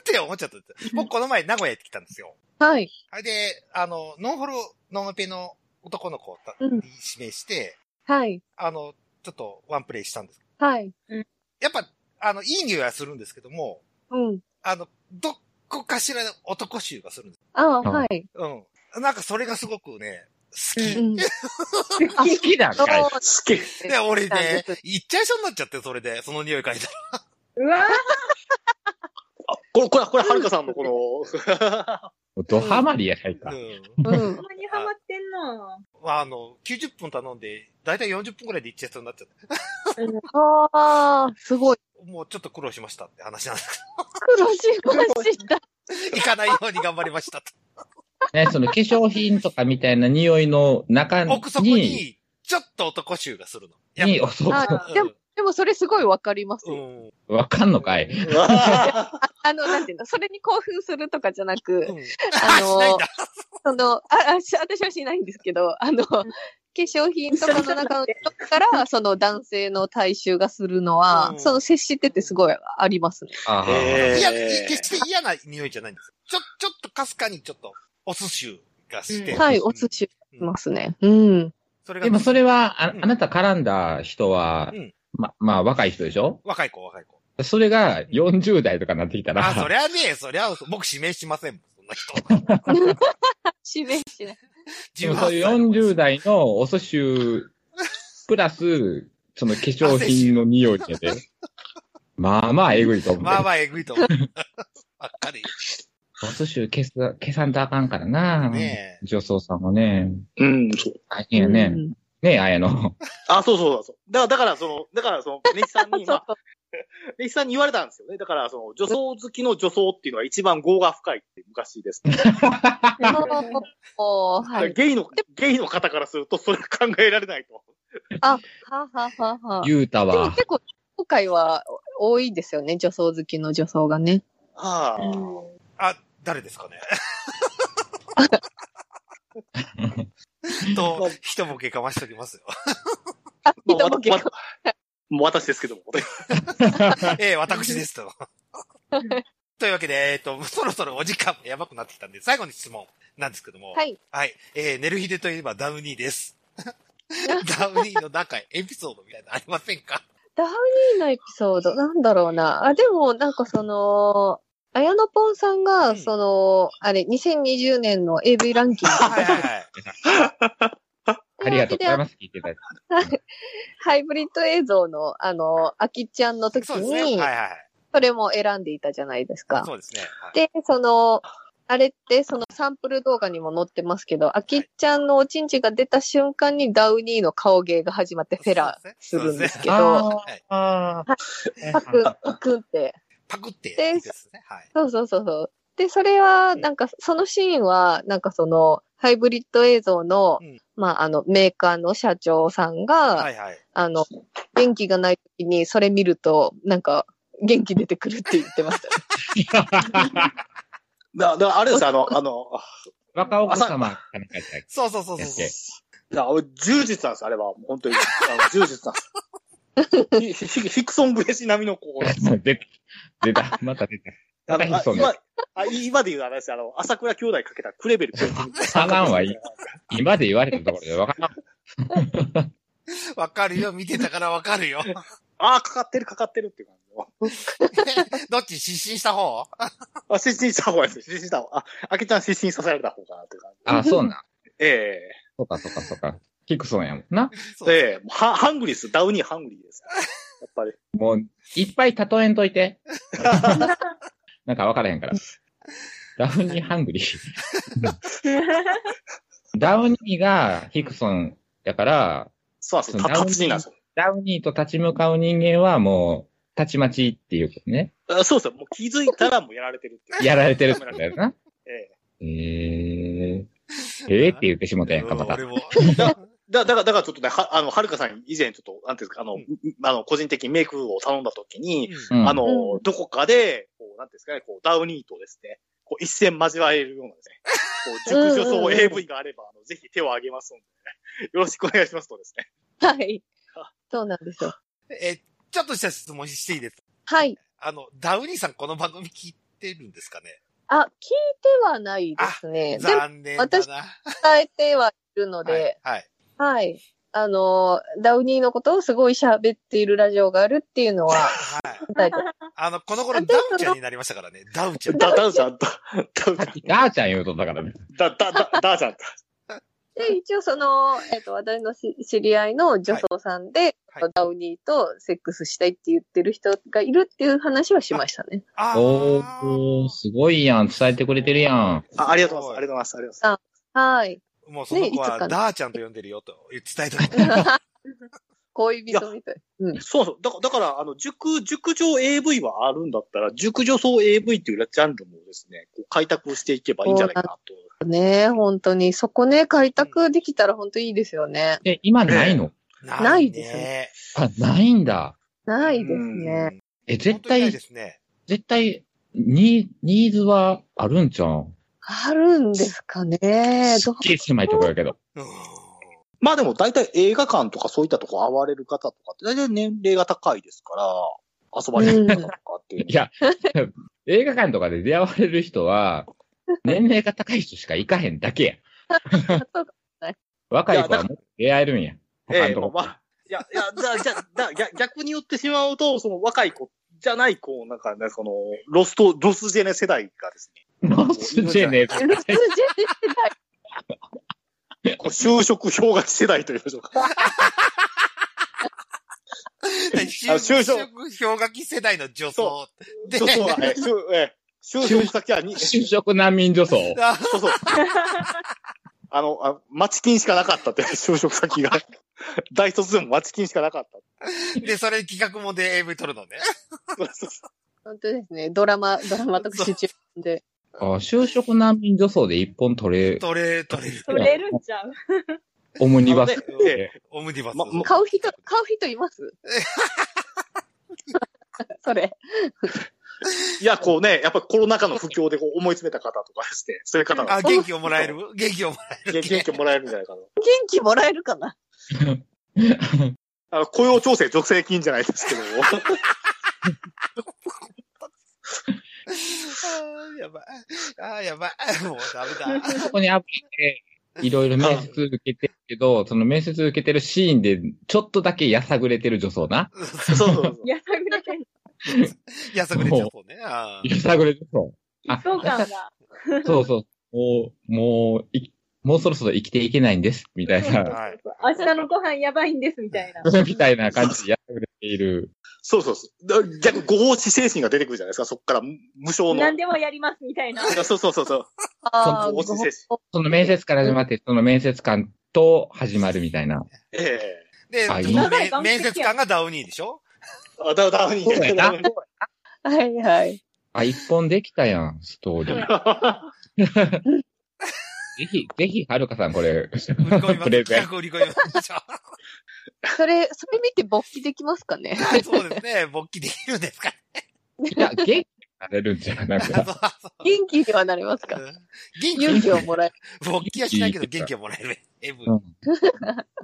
Speaker 1: って思っちゃった。僕、この前名古屋行ってきたんですよ。
Speaker 4: はい。
Speaker 1: あれで、あの、ノンフォルノムペの男の子をた
Speaker 4: うん
Speaker 1: 指名して、
Speaker 4: はい。
Speaker 1: あの、ちょっとワンプレイしたんです。
Speaker 4: はい。
Speaker 1: やっぱ、あの、いい匂いはするんですけども、
Speaker 4: うん。
Speaker 1: あの、どこかしらの男臭がするんです。
Speaker 4: ああ、
Speaker 2: あ
Speaker 4: はい。
Speaker 1: うん。なんかそれがすごくね、好き。
Speaker 4: うん。
Speaker 2: 好きだんかい
Speaker 4: そ。
Speaker 3: 好き。
Speaker 1: で、俺
Speaker 4: なん
Speaker 1: ね
Speaker 4: で、
Speaker 1: 行っちゃいそうになっちゃって、それで、その匂い嗅いだら。
Speaker 5: うわ
Speaker 3: あ、これ、これ、これ、はるかさんのこの、
Speaker 2: ドハマりやないか
Speaker 1: う。ん。
Speaker 4: うう
Speaker 5: ほ
Speaker 4: ん
Speaker 5: ん。まにハマってんな。
Speaker 1: まあ、あの、90分頼んで、だいたい40分くらいで行っちゃいそうになっちゃって、
Speaker 4: ああ、すごい。
Speaker 1: もうちょっと苦労しましたって話なんです
Speaker 4: 黒字ました。
Speaker 1: けど。行かないように頑張りましたと。
Speaker 2: ね、その化粧品とかみたいな匂いの中に、
Speaker 1: 奥底に、ちょっと男臭がするの。やっ
Speaker 2: に、おそう
Speaker 4: は
Speaker 5: あ
Speaker 4: い。でも、でもそれすごいわかります
Speaker 1: う
Speaker 4: よ。
Speaker 1: ん。うん。
Speaker 2: わかんの かい。
Speaker 4: あの、なんていうの、それに興奮するとかじゃなく、
Speaker 1: あ、
Speaker 4: あ
Speaker 1: しないん
Speaker 4: の
Speaker 1: だ。、
Speaker 4: その、あ、あし私はしないんですけど、あの、化粧品とかの中のとこから、その男性の体臭がするのは、
Speaker 1: うん
Speaker 4: その接しててすごいありますね。
Speaker 2: ああ、
Speaker 3: えー
Speaker 1: いや、い決して嫌な匂いじゃないんですよ。ちょ、ちょっとかすかにちょっと、お寿司がして。
Speaker 5: うん
Speaker 4: はい、お寿
Speaker 1: 司。
Speaker 4: 司しますね。うん。
Speaker 1: それが、
Speaker 2: でもそれは、あ
Speaker 1: うん
Speaker 2: あなた絡んだ人は
Speaker 1: うん、
Speaker 2: ま、まあ若い人でしょ
Speaker 1: 若い子、若い子。
Speaker 2: それが40代とかになってきたら、
Speaker 1: あ、そりゃね、そりゃ、僕指名しませんもん、そんな人。
Speaker 4: 指名しない。
Speaker 2: でも そういう40代のお寿司、プラス、その化粧品の 匂いで、まあまあえぐいと思う。
Speaker 1: まあまあ、えぐいと思う。 ばっかり。
Speaker 2: お寿司消す、消さんとあかんからな。
Speaker 1: ね
Speaker 2: 女装さんもね、
Speaker 3: うん、そう。
Speaker 2: 大変やね。
Speaker 4: うん
Speaker 2: ねえ、あやの。
Speaker 3: あ、そうそうそう。だから、だから、その、だから、その、ネヒさんに、ま
Speaker 4: そう
Speaker 3: あネヒさんに言われたんですよね。だから、その、女装好きの女装っていうのは一番業が深いって昔ですね。
Speaker 4: おーはい。
Speaker 3: ゲイの、ゲイの方からすると、それは考えられないと。
Speaker 4: はははは。
Speaker 2: ゆうた
Speaker 4: でも
Speaker 2: は、
Speaker 4: 結構、今回は多いですよね、女装好きの女装がね。
Speaker 3: ああ。
Speaker 1: あ、誰です かね。と、一ボケかましときますよ。
Speaker 4: あ、
Speaker 3: ま
Speaker 4: 人
Speaker 3: あ
Speaker 4: も結
Speaker 3: わ
Speaker 4: 構。
Speaker 3: もう私ですけども。
Speaker 1: ええ私です と。というわけで、えっ、と、そろそろお時間もやばくなってきたんで、最後に質問なんですけども。。
Speaker 4: はいい。
Speaker 1: えー、寝る日でといえばダウニー です。ダウニーの中へエピソードみたいなのありませんか
Speaker 4: ダウニーのエピソード、なんだろうな。あ、でも、なんかその、綾野ポンさんが、
Speaker 1: うん
Speaker 4: その、あれ、2020年の AV ランキング。
Speaker 1: はいはいはい。
Speaker 2: ありがとうござい
Speaker 4: す。
Speaker 2: ます。聞いていただいて。
Speaker 4: ハイブリッド映像の、あの、アキちゃんの時
Speaker 1: そうですね。はい
Speaker 4: に
Speaker 1: は、いはい。
Speaker 4: それも選んでいたじゃないですか。
Speaker 1: そうですね。はい
Speaker 4: で、その、あれって、そのサンプル動画にも載ってますけど、アキちゃんのおちんちが出た瞬間にダウニーの顔芸が始まってフェラーするんですけど、
Speaker 1: はいはい
Speaker 2: あ
Speaker 4: パクン、パクンって。
Speaker 1: パクってやつですね。はい。
Speaker 4: そうそうそうそう。で、それは、なんか、そのシーンは、なんかその、ハイブリッド映像の、
Speaker 1: うん
Speaker 4: まあ、あの、メーカーの社長さんが、
Speaker 1: はいはい。
Speaker 4: あの、元気がない時にそれ見ると、なんか、元気出てくるって言ってました。
Speaker 3: だ、だ、あれです、あの、あの、あ
Speaker 2: 若お子様かなんかいただき
Speaker 1: そうそうそうそう
Speaker 2: やっ
Speaker 1: そ
Speaker 3: だ俺充実なんです、あれは。本当に。あの充実なんです。ヒヒヒクソン・グレシ並みのこうなんです よ。
Speaker 2: 出た。出た。また出た。ま
Speaker 3: あ
Speaker 2: た
Speaker 3: の
Speaker 2: ヒク
Speaker 3: あ
Speaker 2: ソン
Speaker 3: 今、あ今で言うあれですよあの、朝倉兄弟かけたクレベル教授。
Speaker 2: サナンはいい今で言われたところ でわからん。
Speaker 1: う。わかるよ。見てたからわかるよ。
Speaker 3: ああ、かかってる、かかってるっていう感じの。
Speaker 1: どっち失神した方
Speaker 3: あ、失神した方がいいです。失神した方が。あ、あけちゃん失神させられた方かなっていう感じ。
Speaker 2: あ、そうなん。
Speaker 3: え
Speaker 2: そうか、そうか、そうか。ヒクソンやもん な。
Speaker 1: そ
Speaker 3: え
Speaker 1: う
Speaker 3: ええはハングリーです。ダウニーハングリーです。やっぱり。
Speaker 2: もう、いっぱい例えんといて。 なんかわからへん から。ダウニーハングリー。ダウニーがヒクソンやから、
Speaker 3: そうなんですよ。
Speaker 2: そう
Speaker 3: た達人なんですよ。
Speaker 2: ダウニーと立ち向かう人間はもう、たちまちっていうことね。
Speaker 3: あそうですよ。もう気づいたらもうやられてるっていう。
Speaker 2: やられてるってことだよ な。
Speaker 3: ええ
Speaker 2: えー、えーって言ってしもたやんか、また
Speaker 1: 俺。も。
Speaker 3: だ、だから、だからちょっとね、は、あの、はるかさんに以前ちょっと、なんていうんですか、あの、
Speaker 1: うん
Speaker 3: あの、個人的にメイクを頼んだときに、
Speaker 1: うん
Speaker 2: うん
Speaker 3: あの、
Speaker 4: うん
Speaker 3: どこかで、こう、なんていうんですかね、こう、ダウニーとですね、こう、一線交われるようなですね、こう、熟女層 AV があれば、あの、ぜひ手を挙げますので、ね、よろしくお願いしますとですね。
Speaker 4: はい。そうなんですよ。
Speaker 1: え、ちょっとした質問していいですか
Speaker 4: はい。
Speaker 1: あの、ダウニーさんこの番組聞いてるんですかね
Speaker 4: あ、聞いてはないですね。でも
Speaker 1: 残念だな。
Speaker 4: 伝えてはいるの
Speaker 1: はい
Speaker 4: で、。
Speaker 1: はい。
Speaker 4: はい、あの、ダウニーのことをすごい喋っているラジオがあるっていうのは、
Speaker 1: はい
Speaker 4: 伝えて
Speaker 1: あの、この頃ダウちゃんになりましたからね。ダウちゃん。
Speaker 3: だ、ダウちゃん、だ、ダウち
Speaker 2: さ
Speaker 3: ゃ
Speaker 2: っきガーちゃん言うとったからね。
Speaker 3: ん、だ、だ、だ、ダウちゃん、
Speaker 4: で、一応その、えっ、と、私のし知り合いの女装さんで、
Speaker 1: はいはい
Speaker 4: ダウニーとセックスしたいって言ってる人がいるっていう話はしましたね。
Speaker 1: あ
Speaker 2: お
Speaker 1: ー
Speaker 2: ー、すごいやん。伝えてくれてるやん。
Speaker 3: あ。ありがとうございます。ありがとうございます。ありがとうございます。
Speaker 4: はい。
Speaker 1: もうその子
Speaker 4: ねいつ
Speaker 1: は
Speaker 4: かな
Speaker 1: ダーちゃんと呼んでるよと伝えた
Speaker 4: 恋人みたい。うん。
Speaker 3: そうそう。だから、だからあの、熟、熟女 AV はあるんだったら、熟女層 AV っていうジャンルもですね、こう開拓していけばいいんじゃないかなと。
Speaker 4: ねえ、本当に。そこね、開拓できたら本当いいですよね。
Speaker 2: え、今ないの
Speaker 4: ないですね
Speaker 2: あ、ないんだ。
Speaker 4: ないです
Speaker 1: な
Speaker 4: ね。
Speaker 1: い
Speaker 2: え、
Speaker 1: ですね。
Speaker 2: 絶
Speaker 1: 本当にない
Speaker 2: 対
Speaker 1: で、すね。
Speaker 2: 絶対、に、ニーズはあるんじゃん。
Speaker 4: あるんですかね。
Speaker 2: す
Speaker 4: ど
Speaker 2: っげえ狭いところやけど。
Speaker 1: うーん
Speaker 3: まあでも大体映画館とかそういったとこわれる方とかって大体年齢が高いですから、遊ばれる方とかっていうのは。
Speaker 2: いや、 映画館とかで出会われる人は、年齢が高い人しか行かへんだけや。若い子はもっと出会えるんや。他
Speaker 3: え
Speaker 2: の
Speaker 3: え
Speaker 2: とこ
Speaker 3: まあまあ、いや、いや、じゃあ、じゃあだ逆逆に言ってしまうと、その若い子じゃない子、なんかね、その、ロスト、ロスジェネ世代がです
Speaker 2: ロスジェ ネ
Speaker 4: ルスジェ
Speaker 3: ね、こう就職氷河期世代というでしょうか。
Speaker 1: 就
Speaker 3: 就職
Speaker 1: 職氷河期世代の女装で、
Speaker 3: そうそう、ええ就ええ就職先はに、
Speaker 2: 就職難民女装。
Speaker 1: あ
Speaker 3: そうそう。あの、あ待ち金しかなかったって、就職先が。大卒でも待ち金しかなかった。
Speaker 1: で、それ企画もで AV 撮るのね。
Speaker 3: そうそうそ
Speaker 4: 本当ですね。ドラマ、ドラマ特集中で。
Speaker 2: あ就職難民女装で一本取れ、
Speaker 1: 撮れ、撮れる。
Speaker 5: 取れるんちゃう
Speaker 2: オム
Speaker 3: う
Speaker 2: ニバス。
Speaker 3: なのでええ
Speaker 1: オムニバス。
Speaker 3: まま
Speaker 4: 買う人、買う人いますそれ。
Speaker 3: いや、こうね、やっぱコロナ禍の不況でこう思い詰めた方とかですね、そういう方が
Speaker 1: あ、元気をもらえる元気をもら
Speaker 3: 元気をもらえるんじゃないかな。
Speaker 4: 元気もらえるかな
Speaker 3: あの、雇用調整助成金じゃないですけど。
Speaker 1: える。やばい。あー、やばい。もうダメだ。
Speaker 2: そこにあぶって、いろいろ面接受けてるけど、その面接受けてるシーンで、ちょっとだけやさぐれてる女装な。
Speaker 3: そうそうそう。
Speaker 5: やさぐれてん
Speaker 1: やさぐれちゃそうね。あー
Speaker 2: やさぐれてそう。あ
Speaker 5: そう感が。
Speaker 2: そうそう。もう、もう、いもうそろそろ生きていけないんです、みたいな、
Speaker 1: はい。
Speaker 5: 明日のご飯やばいんです、みたいな。
Speaker 2: みたいな感じでやってくれている。
Speaker 3: そうそうそう。だ逆にご奉仕精神が出てくるじゃないですか、そっから無無償の。
Speaker 5: 何でもやります、みたいな。
Speaker 3: あそうそうそうそう。
Speaker 4: ああ、
Speaker 3: ご奉仕精神。
Speaker 2: その面接から始まって、その面接官と始まるみたいな。
Speaker 3: ええ
Speaker 1: で、
Speaker 2: あいい
Speaker 1: ちょっとめ面接官がダウニーでし ょ
Speaker 3: あ、だ、だ、いいね
Speaker 2: そうやな
Speaker 4: はいはい。
Speaker 2: あ、一本できたやん、ストーリー。ぜひ、ぜひ、はるかさんこれ、
Speaker 1: 売り込みま
Speaker 2: プ
Speaker 1: す。
Speaker 2: レゼン
Speaker 1: 企。画売り込みましょ
Speaker 4: それ、それ見て勃起できますか ね
Speaker 1: う。 そうですね。勃起できるんですか
Speaker 2: いや、元気になれるんじゃないなん
Speaker 1: そう
Speaker 2: か、
Speaker 1: そう
Speaker 4: 元気にはなりますか
Speaker 1: 元
Speaker 4: 勇気をもらえ
Speaker 1: 気、勃起はしないけど元気をもらえる。エブ。
Speaker 2: うん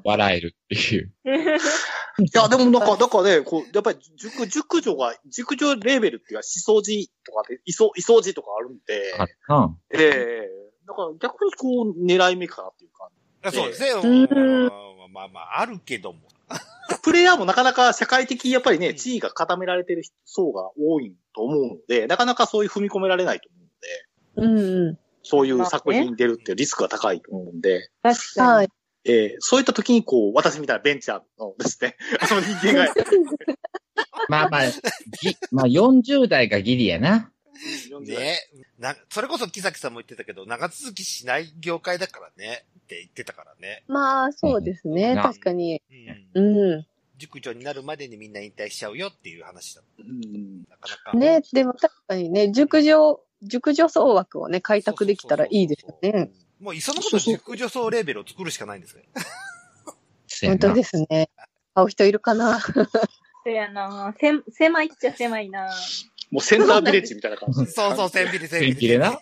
Speaker 2: 笑えるっていう。
Speaker 3: いや、でもなんか、なんかね、こう、やっぱり熟、熟女が、熟女レーベルっていうか、思想寺とかで、いそ、いそう寺とかあるんで、
Speaker 2: あうん。
Speaker 3: ええだから逆にこう、狙い目かなっていうか、
Speaker 1: あそうですね。
Speaker 4: ん
Speaker 1: まあまあ、あるけども。
Speaker 3: プレイヤーもなかなか社会的、やっぱり
Speaker 1: う
Speaker 3: ね、
Speaker 1: ん
Speaker 3: 地位が固められてる層が多いと思うので、なかなかそういう踏み込められないと思うので、
Speaker 4: うんう
Speaker 3: そういう作品に出るっていうリスクが高いと思うんで、
Speaker 5: 確
Speaker 4: ん。は
Speaker 5: に。
Speaker 4: い。
Speaker 3: ええそういった時にこう、私みたいなベンチャーのですね、あの人間が、
Speaker 2: まあまあ、ぎ まあ40代がギリやな。
Speaker 1: ねな、それこそ木崎さんも言ってたけど、長続きしない業界だからね、って言ってたからね。
Speaker 4: まあ、そうですね。
Speaker 2: な
Speaker 4: 確かに。
Speaker 1: う。
Speaker 4: うんん。
Speaker 1: 塾長になるまでにみんな引退しちゃうよっていう話だっ
Speaker 3: うん
Speaker 1: た。なかなか。
Speaker 4: ね、でも確かにね、熟女、熟女層枠をね、開拓できたらいいですよ
Speaker 1: そうそう
Speaker 4: ね
Speaker 1: そう。そう。もう、いっそのこと熟女層レーベルを作るしかないんですね。
Speaker 2: せや
Speaker 4: 本
Speaker 2: な
Speaker 4: 当ですね。会う人いるかな
Speaker 5: そやな。せん、狭いっちゃ狭いな。
Speaker 3: もうセンタービレッジみたいな感じ。
Speaker 1: そうそう、千切り千
Speaker 2: 千切りな。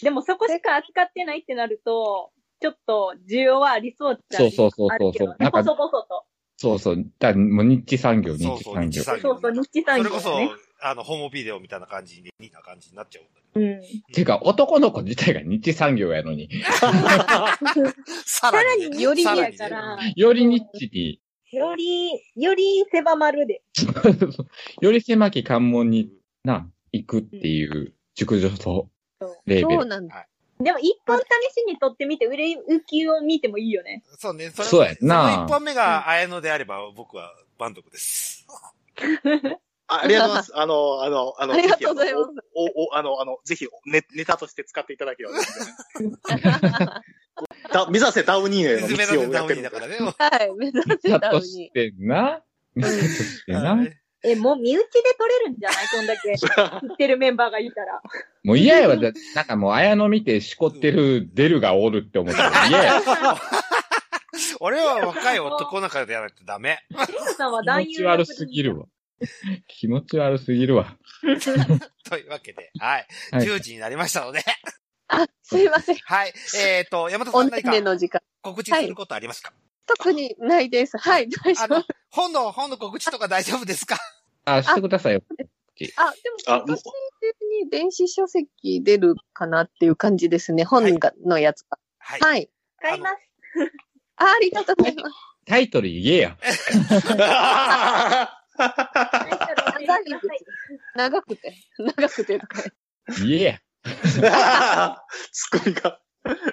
Speaker 5: でもそこしか扱ってないってなると、ちょっと需要はありそうっちゃあり
Speaker 2: そうそうそうそう
Speaker 5: あるけどね
Speaker 2: なんか
Speaker 5: 細々と。
Speaker 2: そうそう。だもう日地産業、日
Speaker 1: そう
Speaker 2: 地
Speaker 1: そう、
Speaker 2: 産
Speaker 1: 日
Speaker 2: 業。
Speaker 1: 産
Speaker 5: そうそう、日産
Speaker 1: そ
Speaker 5: 業、ね。
Speaker 1: れこそ、あの、ホームビデオみたいな感じに、ニーな感じになっちゃうんだ
Speaker 5: うん。
Speaker 2: ていうか、男の子自体が日地産業やのに、
Speaker 1: けど。さ
Speaker 5: さら
Speaker 1: ね
Speaker 5: により
Speaker 1: さ
Speaker 5: に
Speaker 1: ら
Speaker 5: や
Speaker 1: にね
Speaker 5: から、
Speaker 2: より日地に、
Speaker 5: より、より狭まるで。
Speaker 2: より狭き関門にな、行くっていう、熟女とレーベ
Speaker 4: そう
Speaker 2: ル。
Speaker 4: なんだ。
Speaker 5: でも一本試しに撮ってみて、売れ行きを見てもいいよね。
Speaker 1: そうね、そ
Speaker 2: そうやな
Speaker 1: その一本目が綾野であれば、僕は満足です。
Speaker 3: あありがとうございます。あの、あの、あの、
Speaker 4: ありがとうございます
Speaker 3: ぜひあのお、お、あの、あの、ぜひ、ネネタとして使っていただければですね。だ目指せダウニーの
Speaker 1: 水目
Speaker 3: 道
Speaker 1: の
Speaker 3: をや
Speaker 1: ダ
Speaker 3: っ
Speaker 1: ウ
Speaker 3: て
Speaker 1: ニー
Speaker 3: る
Speaker 1: だからね。
Speaker 4: はい、目指せ
Speaker 2: だ
Speaker 4: たの
Speaker 2: と
Speaker 4: に
Speaker 2: し。てな、だとしてな、
Speaker 5: え、もう身内で撮れるんじゃないこんだ け。知ってるメンバーがいたら。
Speaker 2: もう嫌やわ。だなんかもう、綾野見てしこってるデルがおるって思 ったら嫌や。
Speaker 1: 俺は若い男の中でやらないとダメ。
Speaker 5: テレさんは男
Speaker 2: 気持
Speaker 5: 優
Speaker 2: ち悪す ぎるわ。気持ち悪すぎるわ。
Speaker 1: というわけで、はい。
Speaker 2: はい
Speaker 1: 10時になりましたので、
Speaker 4: あ、すいません。
Speaker 1: はい。えっと、山田さ
Speaker 4: お
Speaker 1: ん何
Speaker 4: ね
Speaker 1: か
Speaker 4: ねの時間。
Speaker 1: 告知することありますか
Speaker 4: 特にないです。はい、大丈
Speaker 1: あ
Speaker 4: 夫。
Speaker 1: の、本の、本の告知とか大丈夫ですか
Speaker 2: あ、してくださいよ。
Speaker 4: あ、でも
Speaker 3: あ
Speaker 4: 今 年中に電子書籍出るかなっていう感じですね。本が、のやつが。
Speaker 1: はい。
Speaker 4: はい。
Speaker 5: 買います。
Speaker 4: あありがとうございます。
Speaker 2: タイトル言えや。
Speaker 4: 長
Speaker 5: タイトル
Speaker 4: いです。長くて。長くて とか。
Speaker 2: 言えや。
Speaker 3: ツッコミが。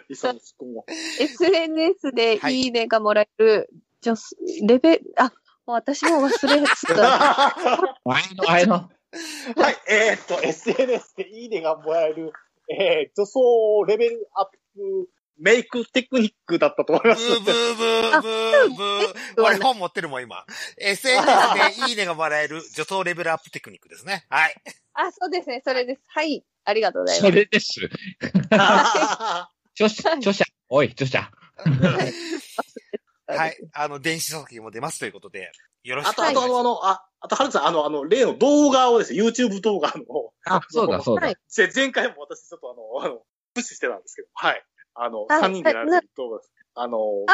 Speaker 3: いさのツッ コミが。
Speaker 4: SNS でいいねがもらえる、女子、レベ、あ、もう私も忘れて た。
Speaker 3: は
Speaker 2: 綾野、綾 野。
Speaker 3: い、えーっと、SNS でいいねがもらえる、えー、女装レベルアップメイクテクニックだったと思い
Speaker 1: ブ
Speaker 3: ま
Speaker 1: ー
Speaker 3: す
Speaker 1: ブ。ーブーブーブー。俺本持ってるもん、今。SNS でいいねがもらえる女装レベルアップテクニックですね。はい。
Speaker 4: あ、そうですね。それです。はい。ありがとうございま
Speaker 2: そ
Speaker 4: す。
Speaker 2: れです。著者、著者。おい、著者。
Speaker 1: はい。あの、電子書籍も出ますということで、よろしく
Speaker 3: あ
Speaker 1: お
Speaker 3: と、
Speaker 1: 願
Speaker 3: あ
Speaker 1: いします。
Speaker 3: と、あの、あの、あ、あと、はるさん、あの、あの、例の動画をですね、YouTube 動画の、
Speaker 2: あ、そうだ、そうだ。
Speaker 4: はい
Speaker 3: ぜ前回も私ちょっとあの、あの、プッシュしてたんですけど、はい。あの、
Speaker 4: はい
Speaker 3: 3人でやられてる動画です。あの、
Speaker 4: あ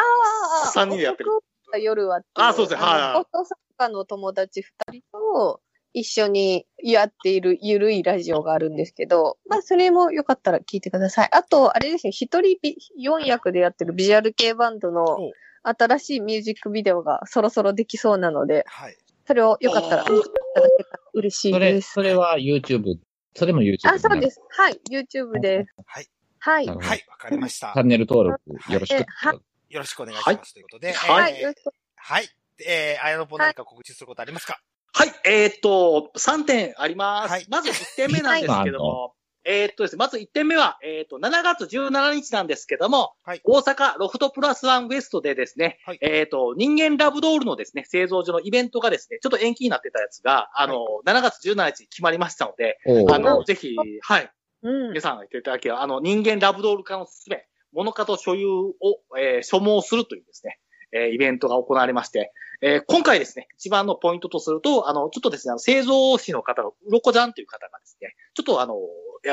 Speaker 4: あ、
Speaker 3: 三人でやってる
Speaker 4: 男は夜はってい
Speaker 3: あそうですねはいはい
Speaker 4: あの放送作家の友達二人と一緒にやっているゆるいラジオがあるんですけど、まあそれもよかったら聞いてください。あと、あれですね、一人び四役でやってるビジュアル系バンドの
Speaker 1: お
Speaker 4: 新しいミュージックビデオがそろそろできそうなので、
Speaker 1: はい。
Speaker 4: それをよかったら
Speaker 3: お
Speaker 4: 見ていただけたら嬉しい
Speaker 2: それ、
Speaker 4: です。
Speaker 2: それは YouTube。それも YouTube。
Speaker 4: あ、そうです。はい、YouTube です。
Speaker 1: はい。
Speaker 4: はい
Speaker 2: な。るほど。
Speaker 1: はい、わかりました
Speaker 2: チャ。ンネル登録よろしく。
Speaker 4: は
Speaker 1: よろしくお願いします。ということで、
Speaker 3: は
Speaker 4: はい、
Speaker 1: え
Speaker 4: よ
Speaker 1: ー
Speaker 4: ろしく
Speaker 1: はい。えー、あやのぽ何か告知することありますか
Speaker 3: はい、えーっと、3点あります。
Speaker 1: はい
Speaker 3: まず1点目なんですけども、えーっとですね、まず1点目は、えーっと、7月17日なんですけども、
Speaker 1: はい
Speaker 3: 大阪ロフトプラスワンウエストでですね、
Speaker 1: はい
Speaker 3: えーっと、人間ラブドールのですね、製造所のイベントがですね、ちょっと延期になってたやつが、あの、7月17日に決まりましたので、
Speaker 2: おー
Speaker 3: あの、ぜひ、はい、
Speaker 4: うん
Speaker 3: 皆。さんが言っていただければ、あの、人間ラブドール化のすすめ、物化と所有を、えー所望するというですね、えーイベントが行われまして、えー今回ですね、一番のポイントとすると、あの、ちょっとですね、あの製造士の方の、うろこちゃんという方がですね、ちょっとあの、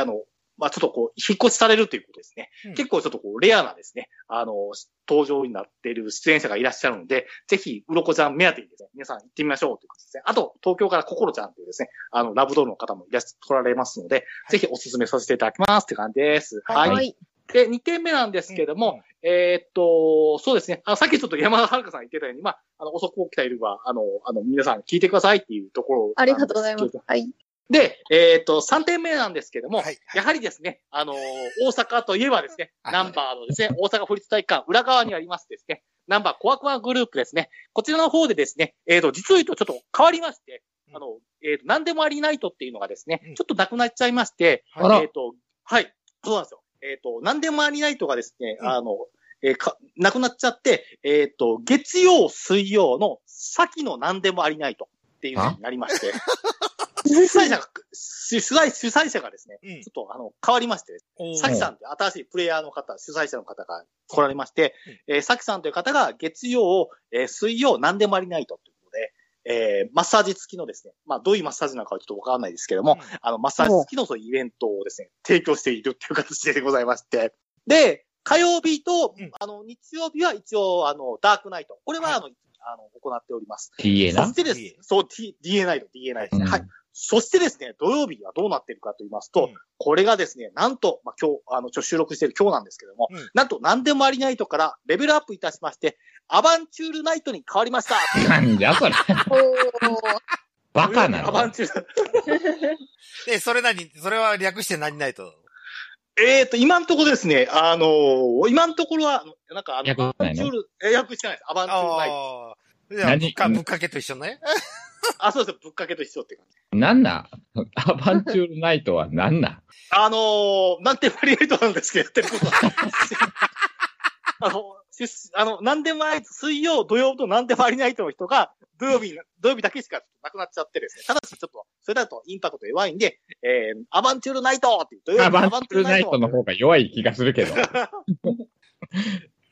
Speaker 3: あの、まあ、ちょっとこう、引っ越しされるということですね。
Speaker 1: うん
Speaker 3: 結構ちょっとこう、レアなですね、あの、登場になっている出演者がいらっしゃるので、ぜひ、うろこちゃん目当てにですね、皆さん行ってみましょうということですね。あと、東京からこころちゃんというですね、あの、ラブドールの方もいらっしゃられますので、ぜひお勧めさせていただきますって感じです。はい。
Speaker 4: はい。
Speaker 3: で、2点目なんですけども、、えーっと、そうですね。あのさっきちょっと山田遥さん言ってたように、まあ、あの、遅く起きたいるは、あの、あの、皆さん聞いてくださいっていうところ
Speaker 4: ありがとうございま。
Speaker 3: なんです
Speaker 4: はい。
Speaker 3: けど。で、えーっと、3点目なんですけども、
Speaker 1: はい。
Speaker 3: やはりですね、あのー大阪といえばですね、
Speaker 1: はい
Speaker 3: ナンバーのですね、大阪府立体育館裏側にありますですね、ナンバーコアコアグループですね。こちらの方でですね、えっ、と、実を言うとちょっと変わりまして、
Speaker 1: うん
Speaker 3: あの、えっ、と、何でもありナイトっていうのがですね
Speaker 1: うん、
Speaker 3: ちょっとなくなっちゃいまして、
Speaker 1: はい
Speaker 2: あら
Speaker 3: えっ、と、はい、そうなんですよ。えっ、と、何でもありナイトがですね、
Speaker 1: うん
Speaker 3: あの、えーか、なくなっちゃって、えっ、と、月曜、水曜の先の何でもありナイトっていうのになりまして、主催者が、主催主催者がですね、
Speaker 1: うん
Speaker 3: ちょっとあの、変わりまして、
Speaker 1: おー
Speaker 3: サキさんって新しいプレイヤーの方、主催者の方が来られまして、えーサキさんという方が月曜、えー水曜、何でもありないとということで、えーマッサージ付きのですね、まあどういうマッサージなのかはちょっとわからないですけども、
Speaker 1: うん
Speaker 3: あの、マッサージ付きのそういうイベントをですね、提供しているっていう形でございまして。で、火曜日と、
Speaker 1: うん
Speaker 3: あの、日曜日は一応、あの、ダークナイト。これは、あの、あの行っております。
Speaker 2: TA
Speaker 3: そ
Speaker 2: な
Speaker 3: し。てですね
Speaker 1: DA、
Speaker 3: そう、T- DA ナイト、DA ナイトですね。
Speaker 2: うん
Speaker 3: はい。そしてですね、土曜日はどうなってるかと言います
Speaker 1: う
Speaker 3: と、
Speaker 1: ん
Speaker 3: これがですね、なんと、まあ、今日、あの、ちょ収録してる今日なんですけども、
Speaker 1: うん
Speaker 3: なんと、何でもありナイトからレベルアップいたしまして、アバンチュールナイトに変わりました。
Speaker 2: なんじゃそれ。
Speaker 4: おー。
Speaker 2: バカな
Speaker 3: アバ
Speaker 2: の
Speaker 3: ン。チュール。
Speaker 1: え、それ何それは略して何ないと。
Speaker 3: えーと、今のところですね、あのー今のところは、なんか、あの、
Speaker 2: 略してな
Speaker 3: アバ
Speaker 2: い
Speaker 3: ン
Speaker 2: の
Speaker 3: チュール、え、訳してないです。アバンチュールナイト。
Speaker 1: ああ。じゃあ、ぶっ
Speaker 2: 何
Speaker 1: かぶっかけと一緒ね。
Speaker 3: あ、そうです。ぶっかけと一緒って感じ。
Speaker 2: なんなんアバンチュールナイトはなんなん
Speaker 3: あのー、なんてマリエイトなんですけど、やってること は。あの、出あの、なんでもあり、水曜、土曜となんでもありないとの人が、土曜日、土曜日だけしかなくなっちゃってですね。ただし、ちょっと、それだとインパクト弱いんで、えー、アバンチュールナイトっていう、土曜日
Speaker 2: ア
Speaker 3: の
Speaker 2: バンチュールナイトの方が弱い気がするけど。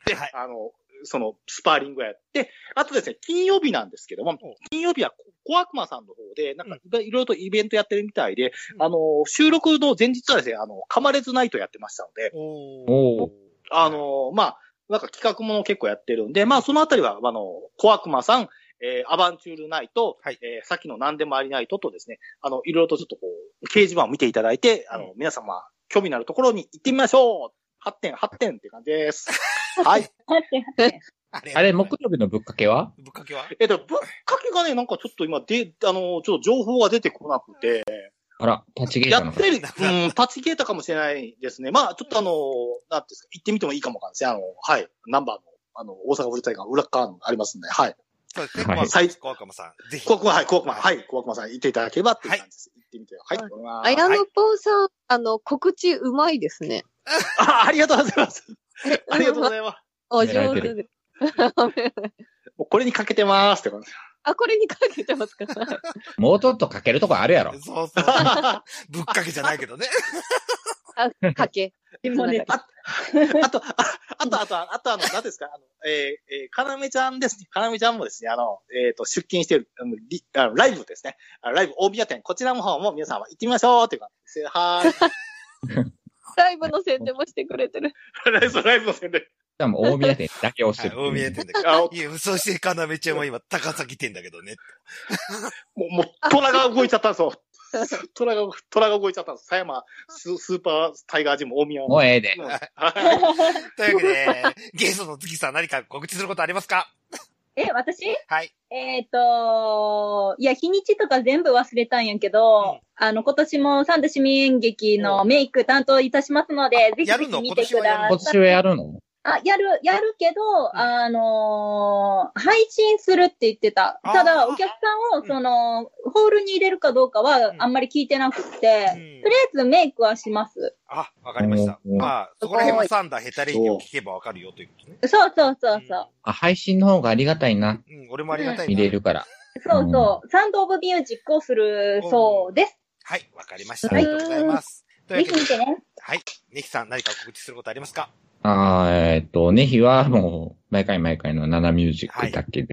Speaker 3: で、
Speaker 1: はい
Speaker 3: あの、その、スパーリングをやって、あとですね、金曜日なんですけども、金曜日はこ小悪魔さんの方で、なんかいろいろとイベントやってるみたいで、
Speaker 1: うん
Speaker 3: あの、収録の前日はですね、あの、噛まれずナイトやってましたので、
Speaker 1: お
Speaker 2: お
Speaker 1: ー。
Speaker 3: あの、まあ、なんか企画もの結構やってるんで、まあ、そのあたりは、あの、小悪魔さん、えーアバンチュールナイト、
Speaker 1: はい
Speaker 3: えーさっきの何でもありないととですね、あの、いろいろとちょっとこう、掲示板を見ていただいて、あの、皆様、興味のあるところに行ってみましょう !8 点、8点って感じです。はい。
Speaker 5: 待って待って
Speaker 1: あれ
Speaker 2: あれ、木曜日のぶっかけは
Speaker 1: ぶっかけは
Speaker 3: えっと、ぶっかけがね、なんかちょっと今、で、あの、ちょっと情報が出てこなくて、
Speaker 2: あら、立ち消え
Speaker 3: や
Speaker 2: たの
Speaker 3: っ
Speaker 2: か
Speaker 3: てる、うん、立ち消えたかもしれないですね。まあ、ちょっとあの、なんていうんですか、行ってみてもいいかもわかんないですね。あの、はい、ナンバーの、あの、大阪府立体館、裏っ側のありますんで、はい。
Speaker 1: そうですね。
Speaker 2: はい
Speaker 1: 小悪小悪魔さん。ぜひ。
Speaker 3: 小悪魔、はい、小悪魔、はい、小悪魔さん行っていただければっていう感じです。行ってみてよ。はい、
Speaker 4: はい
Speaker 3: お願
Speaker 4: あ
Speaker 3: いし
Speaker 4: や
Speaker 3: ます
Speaker 4: のぽんさん、あの、告知うまいですね。
Speaker 3: あありがとうございます。 ありがとうございます。
Speaker 4: お
Speaker 2: 褒められ
Speaker 4: 上
Speaker 2: て
Speaker 4: 手
Speaker 2: る
Speaker 4: です。
Speaker 3: もうこれにかけてますって感じ。
Speaker 4: あ、これにかけてますか
Speaker 2: もうちょっとかけるとこあるやろ。
Speaker 1: そうそう。ぶっかけじゃないけどね。
Speaker 4: あ、かけ。
Speaker 5: でもね、
Speaker 3: あと、ああと、あと、あと、あの、何ですか、あの、えー、えー、かなめちゃんですね。かなめちゃんもですね、あの、えっ、と、出勤してる、あのリあのライブですね。あのライブ、大宮店、こちらの方も皆さんは行ってみましょうっていう感じです。はー
Speaker 4: ライブの宣伝もしてくれてる。
Speaker 3: い。ライブ、ライブの宣伝。
Speaker 2: しかも大宮店だけ押し
Speaker 1: はい、
Speaker 2: てる。
Speaker 1: 大見えてんだけ
Speaker 3: あも
Speaker 1: ど。いや、そして、かなめちゃんは今、高崎店だけどね。
Speaker 3: う、もう、虎が動いちゃったんですよ。虎が、虎が動いちゃったんです。狭山ス、スーパータイガージム、大宮
Speaker 2: もうええで。
Speaker 3: はい
Speaker 1: というわけで、ゲストの月さん何か告知することありますか
Speaker 5: え、私
Speaker 1: はい。
Speaker 5: えっ、と、いや、日にちとか全部忘れたんやけど、あの、今年も三田市民演劇のメイク担当いたしますので、ぜひ
Speaker 1: や
Speaker 5: ぜ
Speaker 1: るの
Speaker 5: ひ見てく
Speaker 1: 今
Speaker 5: だ
Speaker 2: 今
Speaker 5: さ
Speaker 2: 年
Speaker 5: い。
Speaker 2: はやるの
Speaker 5: あ、やる、やるけど、
Speaker 1: ん
Speaker 5: あのー配信するって言ってた。
Speaker 1: あー
Speaker 5: ただ、お客さ
Speaker 1: う
Speaker 5: んを、
Speaker 1: ん
Speaker 5: その、ホールに入れるかどうかは
Speaker 1: ん
Speaker 5: あんまり聞いてなくて、
Speaker 1: うん
Speaker 5: とりあえずメイクはします。
Speaker 1: あ、わかりました。
Speaker 2: うん
Speaker 1: まあ、そこら辺はサンダーヘタレイを聞けばわかるよということね。
Speaker 5: そうそうそうそう。
Speaker 2: あ、配信の方がありがたいな。
Speaker 1: うん。うん、俺もありがたいな
Speaker 2: 見れるから。
Speaker 5: そうそう。サウンドオブミュージックをするそうです。
Speaker 1: はい、わかりました。あ
Speaker 5: はい
Speaker 1: りがとうございます。という
Speaker 5: ぜ
Speaker 1: わ
Speaker 5: ひ
Speaker 1: けで
Speaker 5: 見、てね。
Speaker 1: はい。ネキさん、何か告知することありますか
Speaker 2: あーえっと、ネヒはもう、毎回毎回のナナミュージックだけ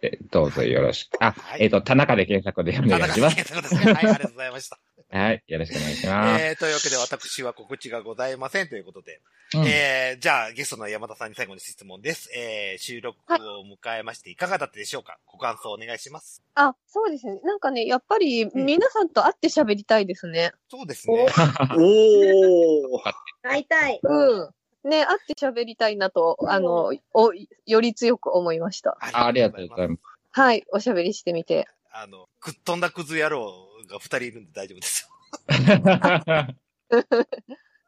Speaker 2: で、どうぞよろしく。あ
Speaker 1: は、い
Speaker 2: えっと、田中で検索でお願いします。
Speaker 1: 田中さんありがとうございますはい、ありがとうございま した。
Speaker 2: はい、よろしくお願いします。
Speaker 1: えー、というわけで、私は告知がございませんということで、
Speaker 2: うん
Speaker 1: えー、じゃあ、ゲストの山田さんに最後に質問です。えー、収録を迎えまして、いかがだったでしょうかご感想お願いします。
Speaker 4: あ、そうですね。なんかね、やっぱり
Speaker 1: ん
Speaker 4: 皆さんと会って喋りたいですね。
Speaker 1: そうですね。。
Speaker 3: おー。
Speaker 5: 会いたい。
Speaker 4: うん。ね、会って喋りたいなと、あの、お、より強く思いました。
Speaker 2: あありがとうございますす。
Speaker 4: はい、おしゃべりしてみて。
Speaker 1: あの、くっ飛んだクズ野郎が二人いるんで大丈夫です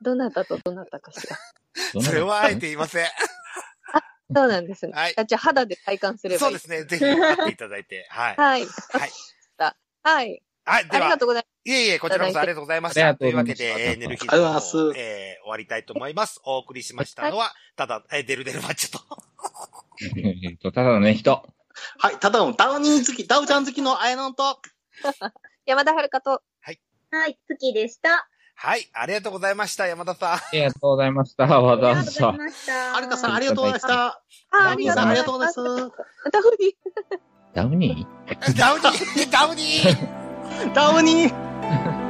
Speaker 4: どなたとどなたかしら。
Speaker 1: よ。それはあえて言いません。
Speaker 4: そうなんですね。
Speaker 1: はい
Speaker 4: あじゃあ肌で体感すれば
Speaker 1: そ
Speaker 4: いうい。
Speaker 1: ですね。ぜひ、会っていただいて。 はい。
Speaker 4: はい。
Speaker 1: はい。
Speaker 4: はい。
Speaker 1: はい、
Speaker 4: あ
Speaker 1: で
Speaker 4: りが
Speaker 1: は、
Speaker 4: とうござい
Speaker 1: いえいえ、こちらこそありがとうございました。
Speaker 2: あ
Speaker 1: と
Speaker 2: り
Speaker 1: いうわ
Speaker 2: がとう
Speaker 1: け
Speaker 2: ございま
Speaker 1: で、え
Speaker 2: した
Speaker 1: ー、寝る日
Speaker 3: ありがとうございます
Speaker 1: えー、終わりたいと思います。お送りしましたのは、ただ、えー、デルデルマッチョと。
Speaker 2: えっと、ただのね、人。
Speaker 3: はい、ただのダウニー好き、ダウちゃん好きのあやのんと、
Speaker 4: ます。山田遥と、
Speaker 5: はい、月でした。
Speaker 1: はい、ありがとうございました、山田さん。
Speaker 2: ありがとうございました。わざ
Speaker 5: あ
Speaker 2: わ
Speaker 5: りがとうござい
Speaker 2: ざ。
Speaker 5: ました。
Speaker 3: 有田さんありがとうございました。
Speaker 4: あ
Speaker 3: ダ
Speaker 4: あ
Speaker 3: ウ
Speaker 4: り
Speaker 3: ニー
Speaker 4: が
Speaker 3: さ
Speaker 4: とう
Speaker 3: んあ
Speaker 4: ござ
Speaker 3: りが
Speaker 4: い
Speaker 3: とうご
Speaker 4: ま
Speaker 3: ざい
Speaker 4: す。
Speaker 3: ます。
Speaker 4: ダフニー
Speaker 2: ダウニー
Speaker 1: ダウニー、ダウニー。
Speaker 3: ダウニー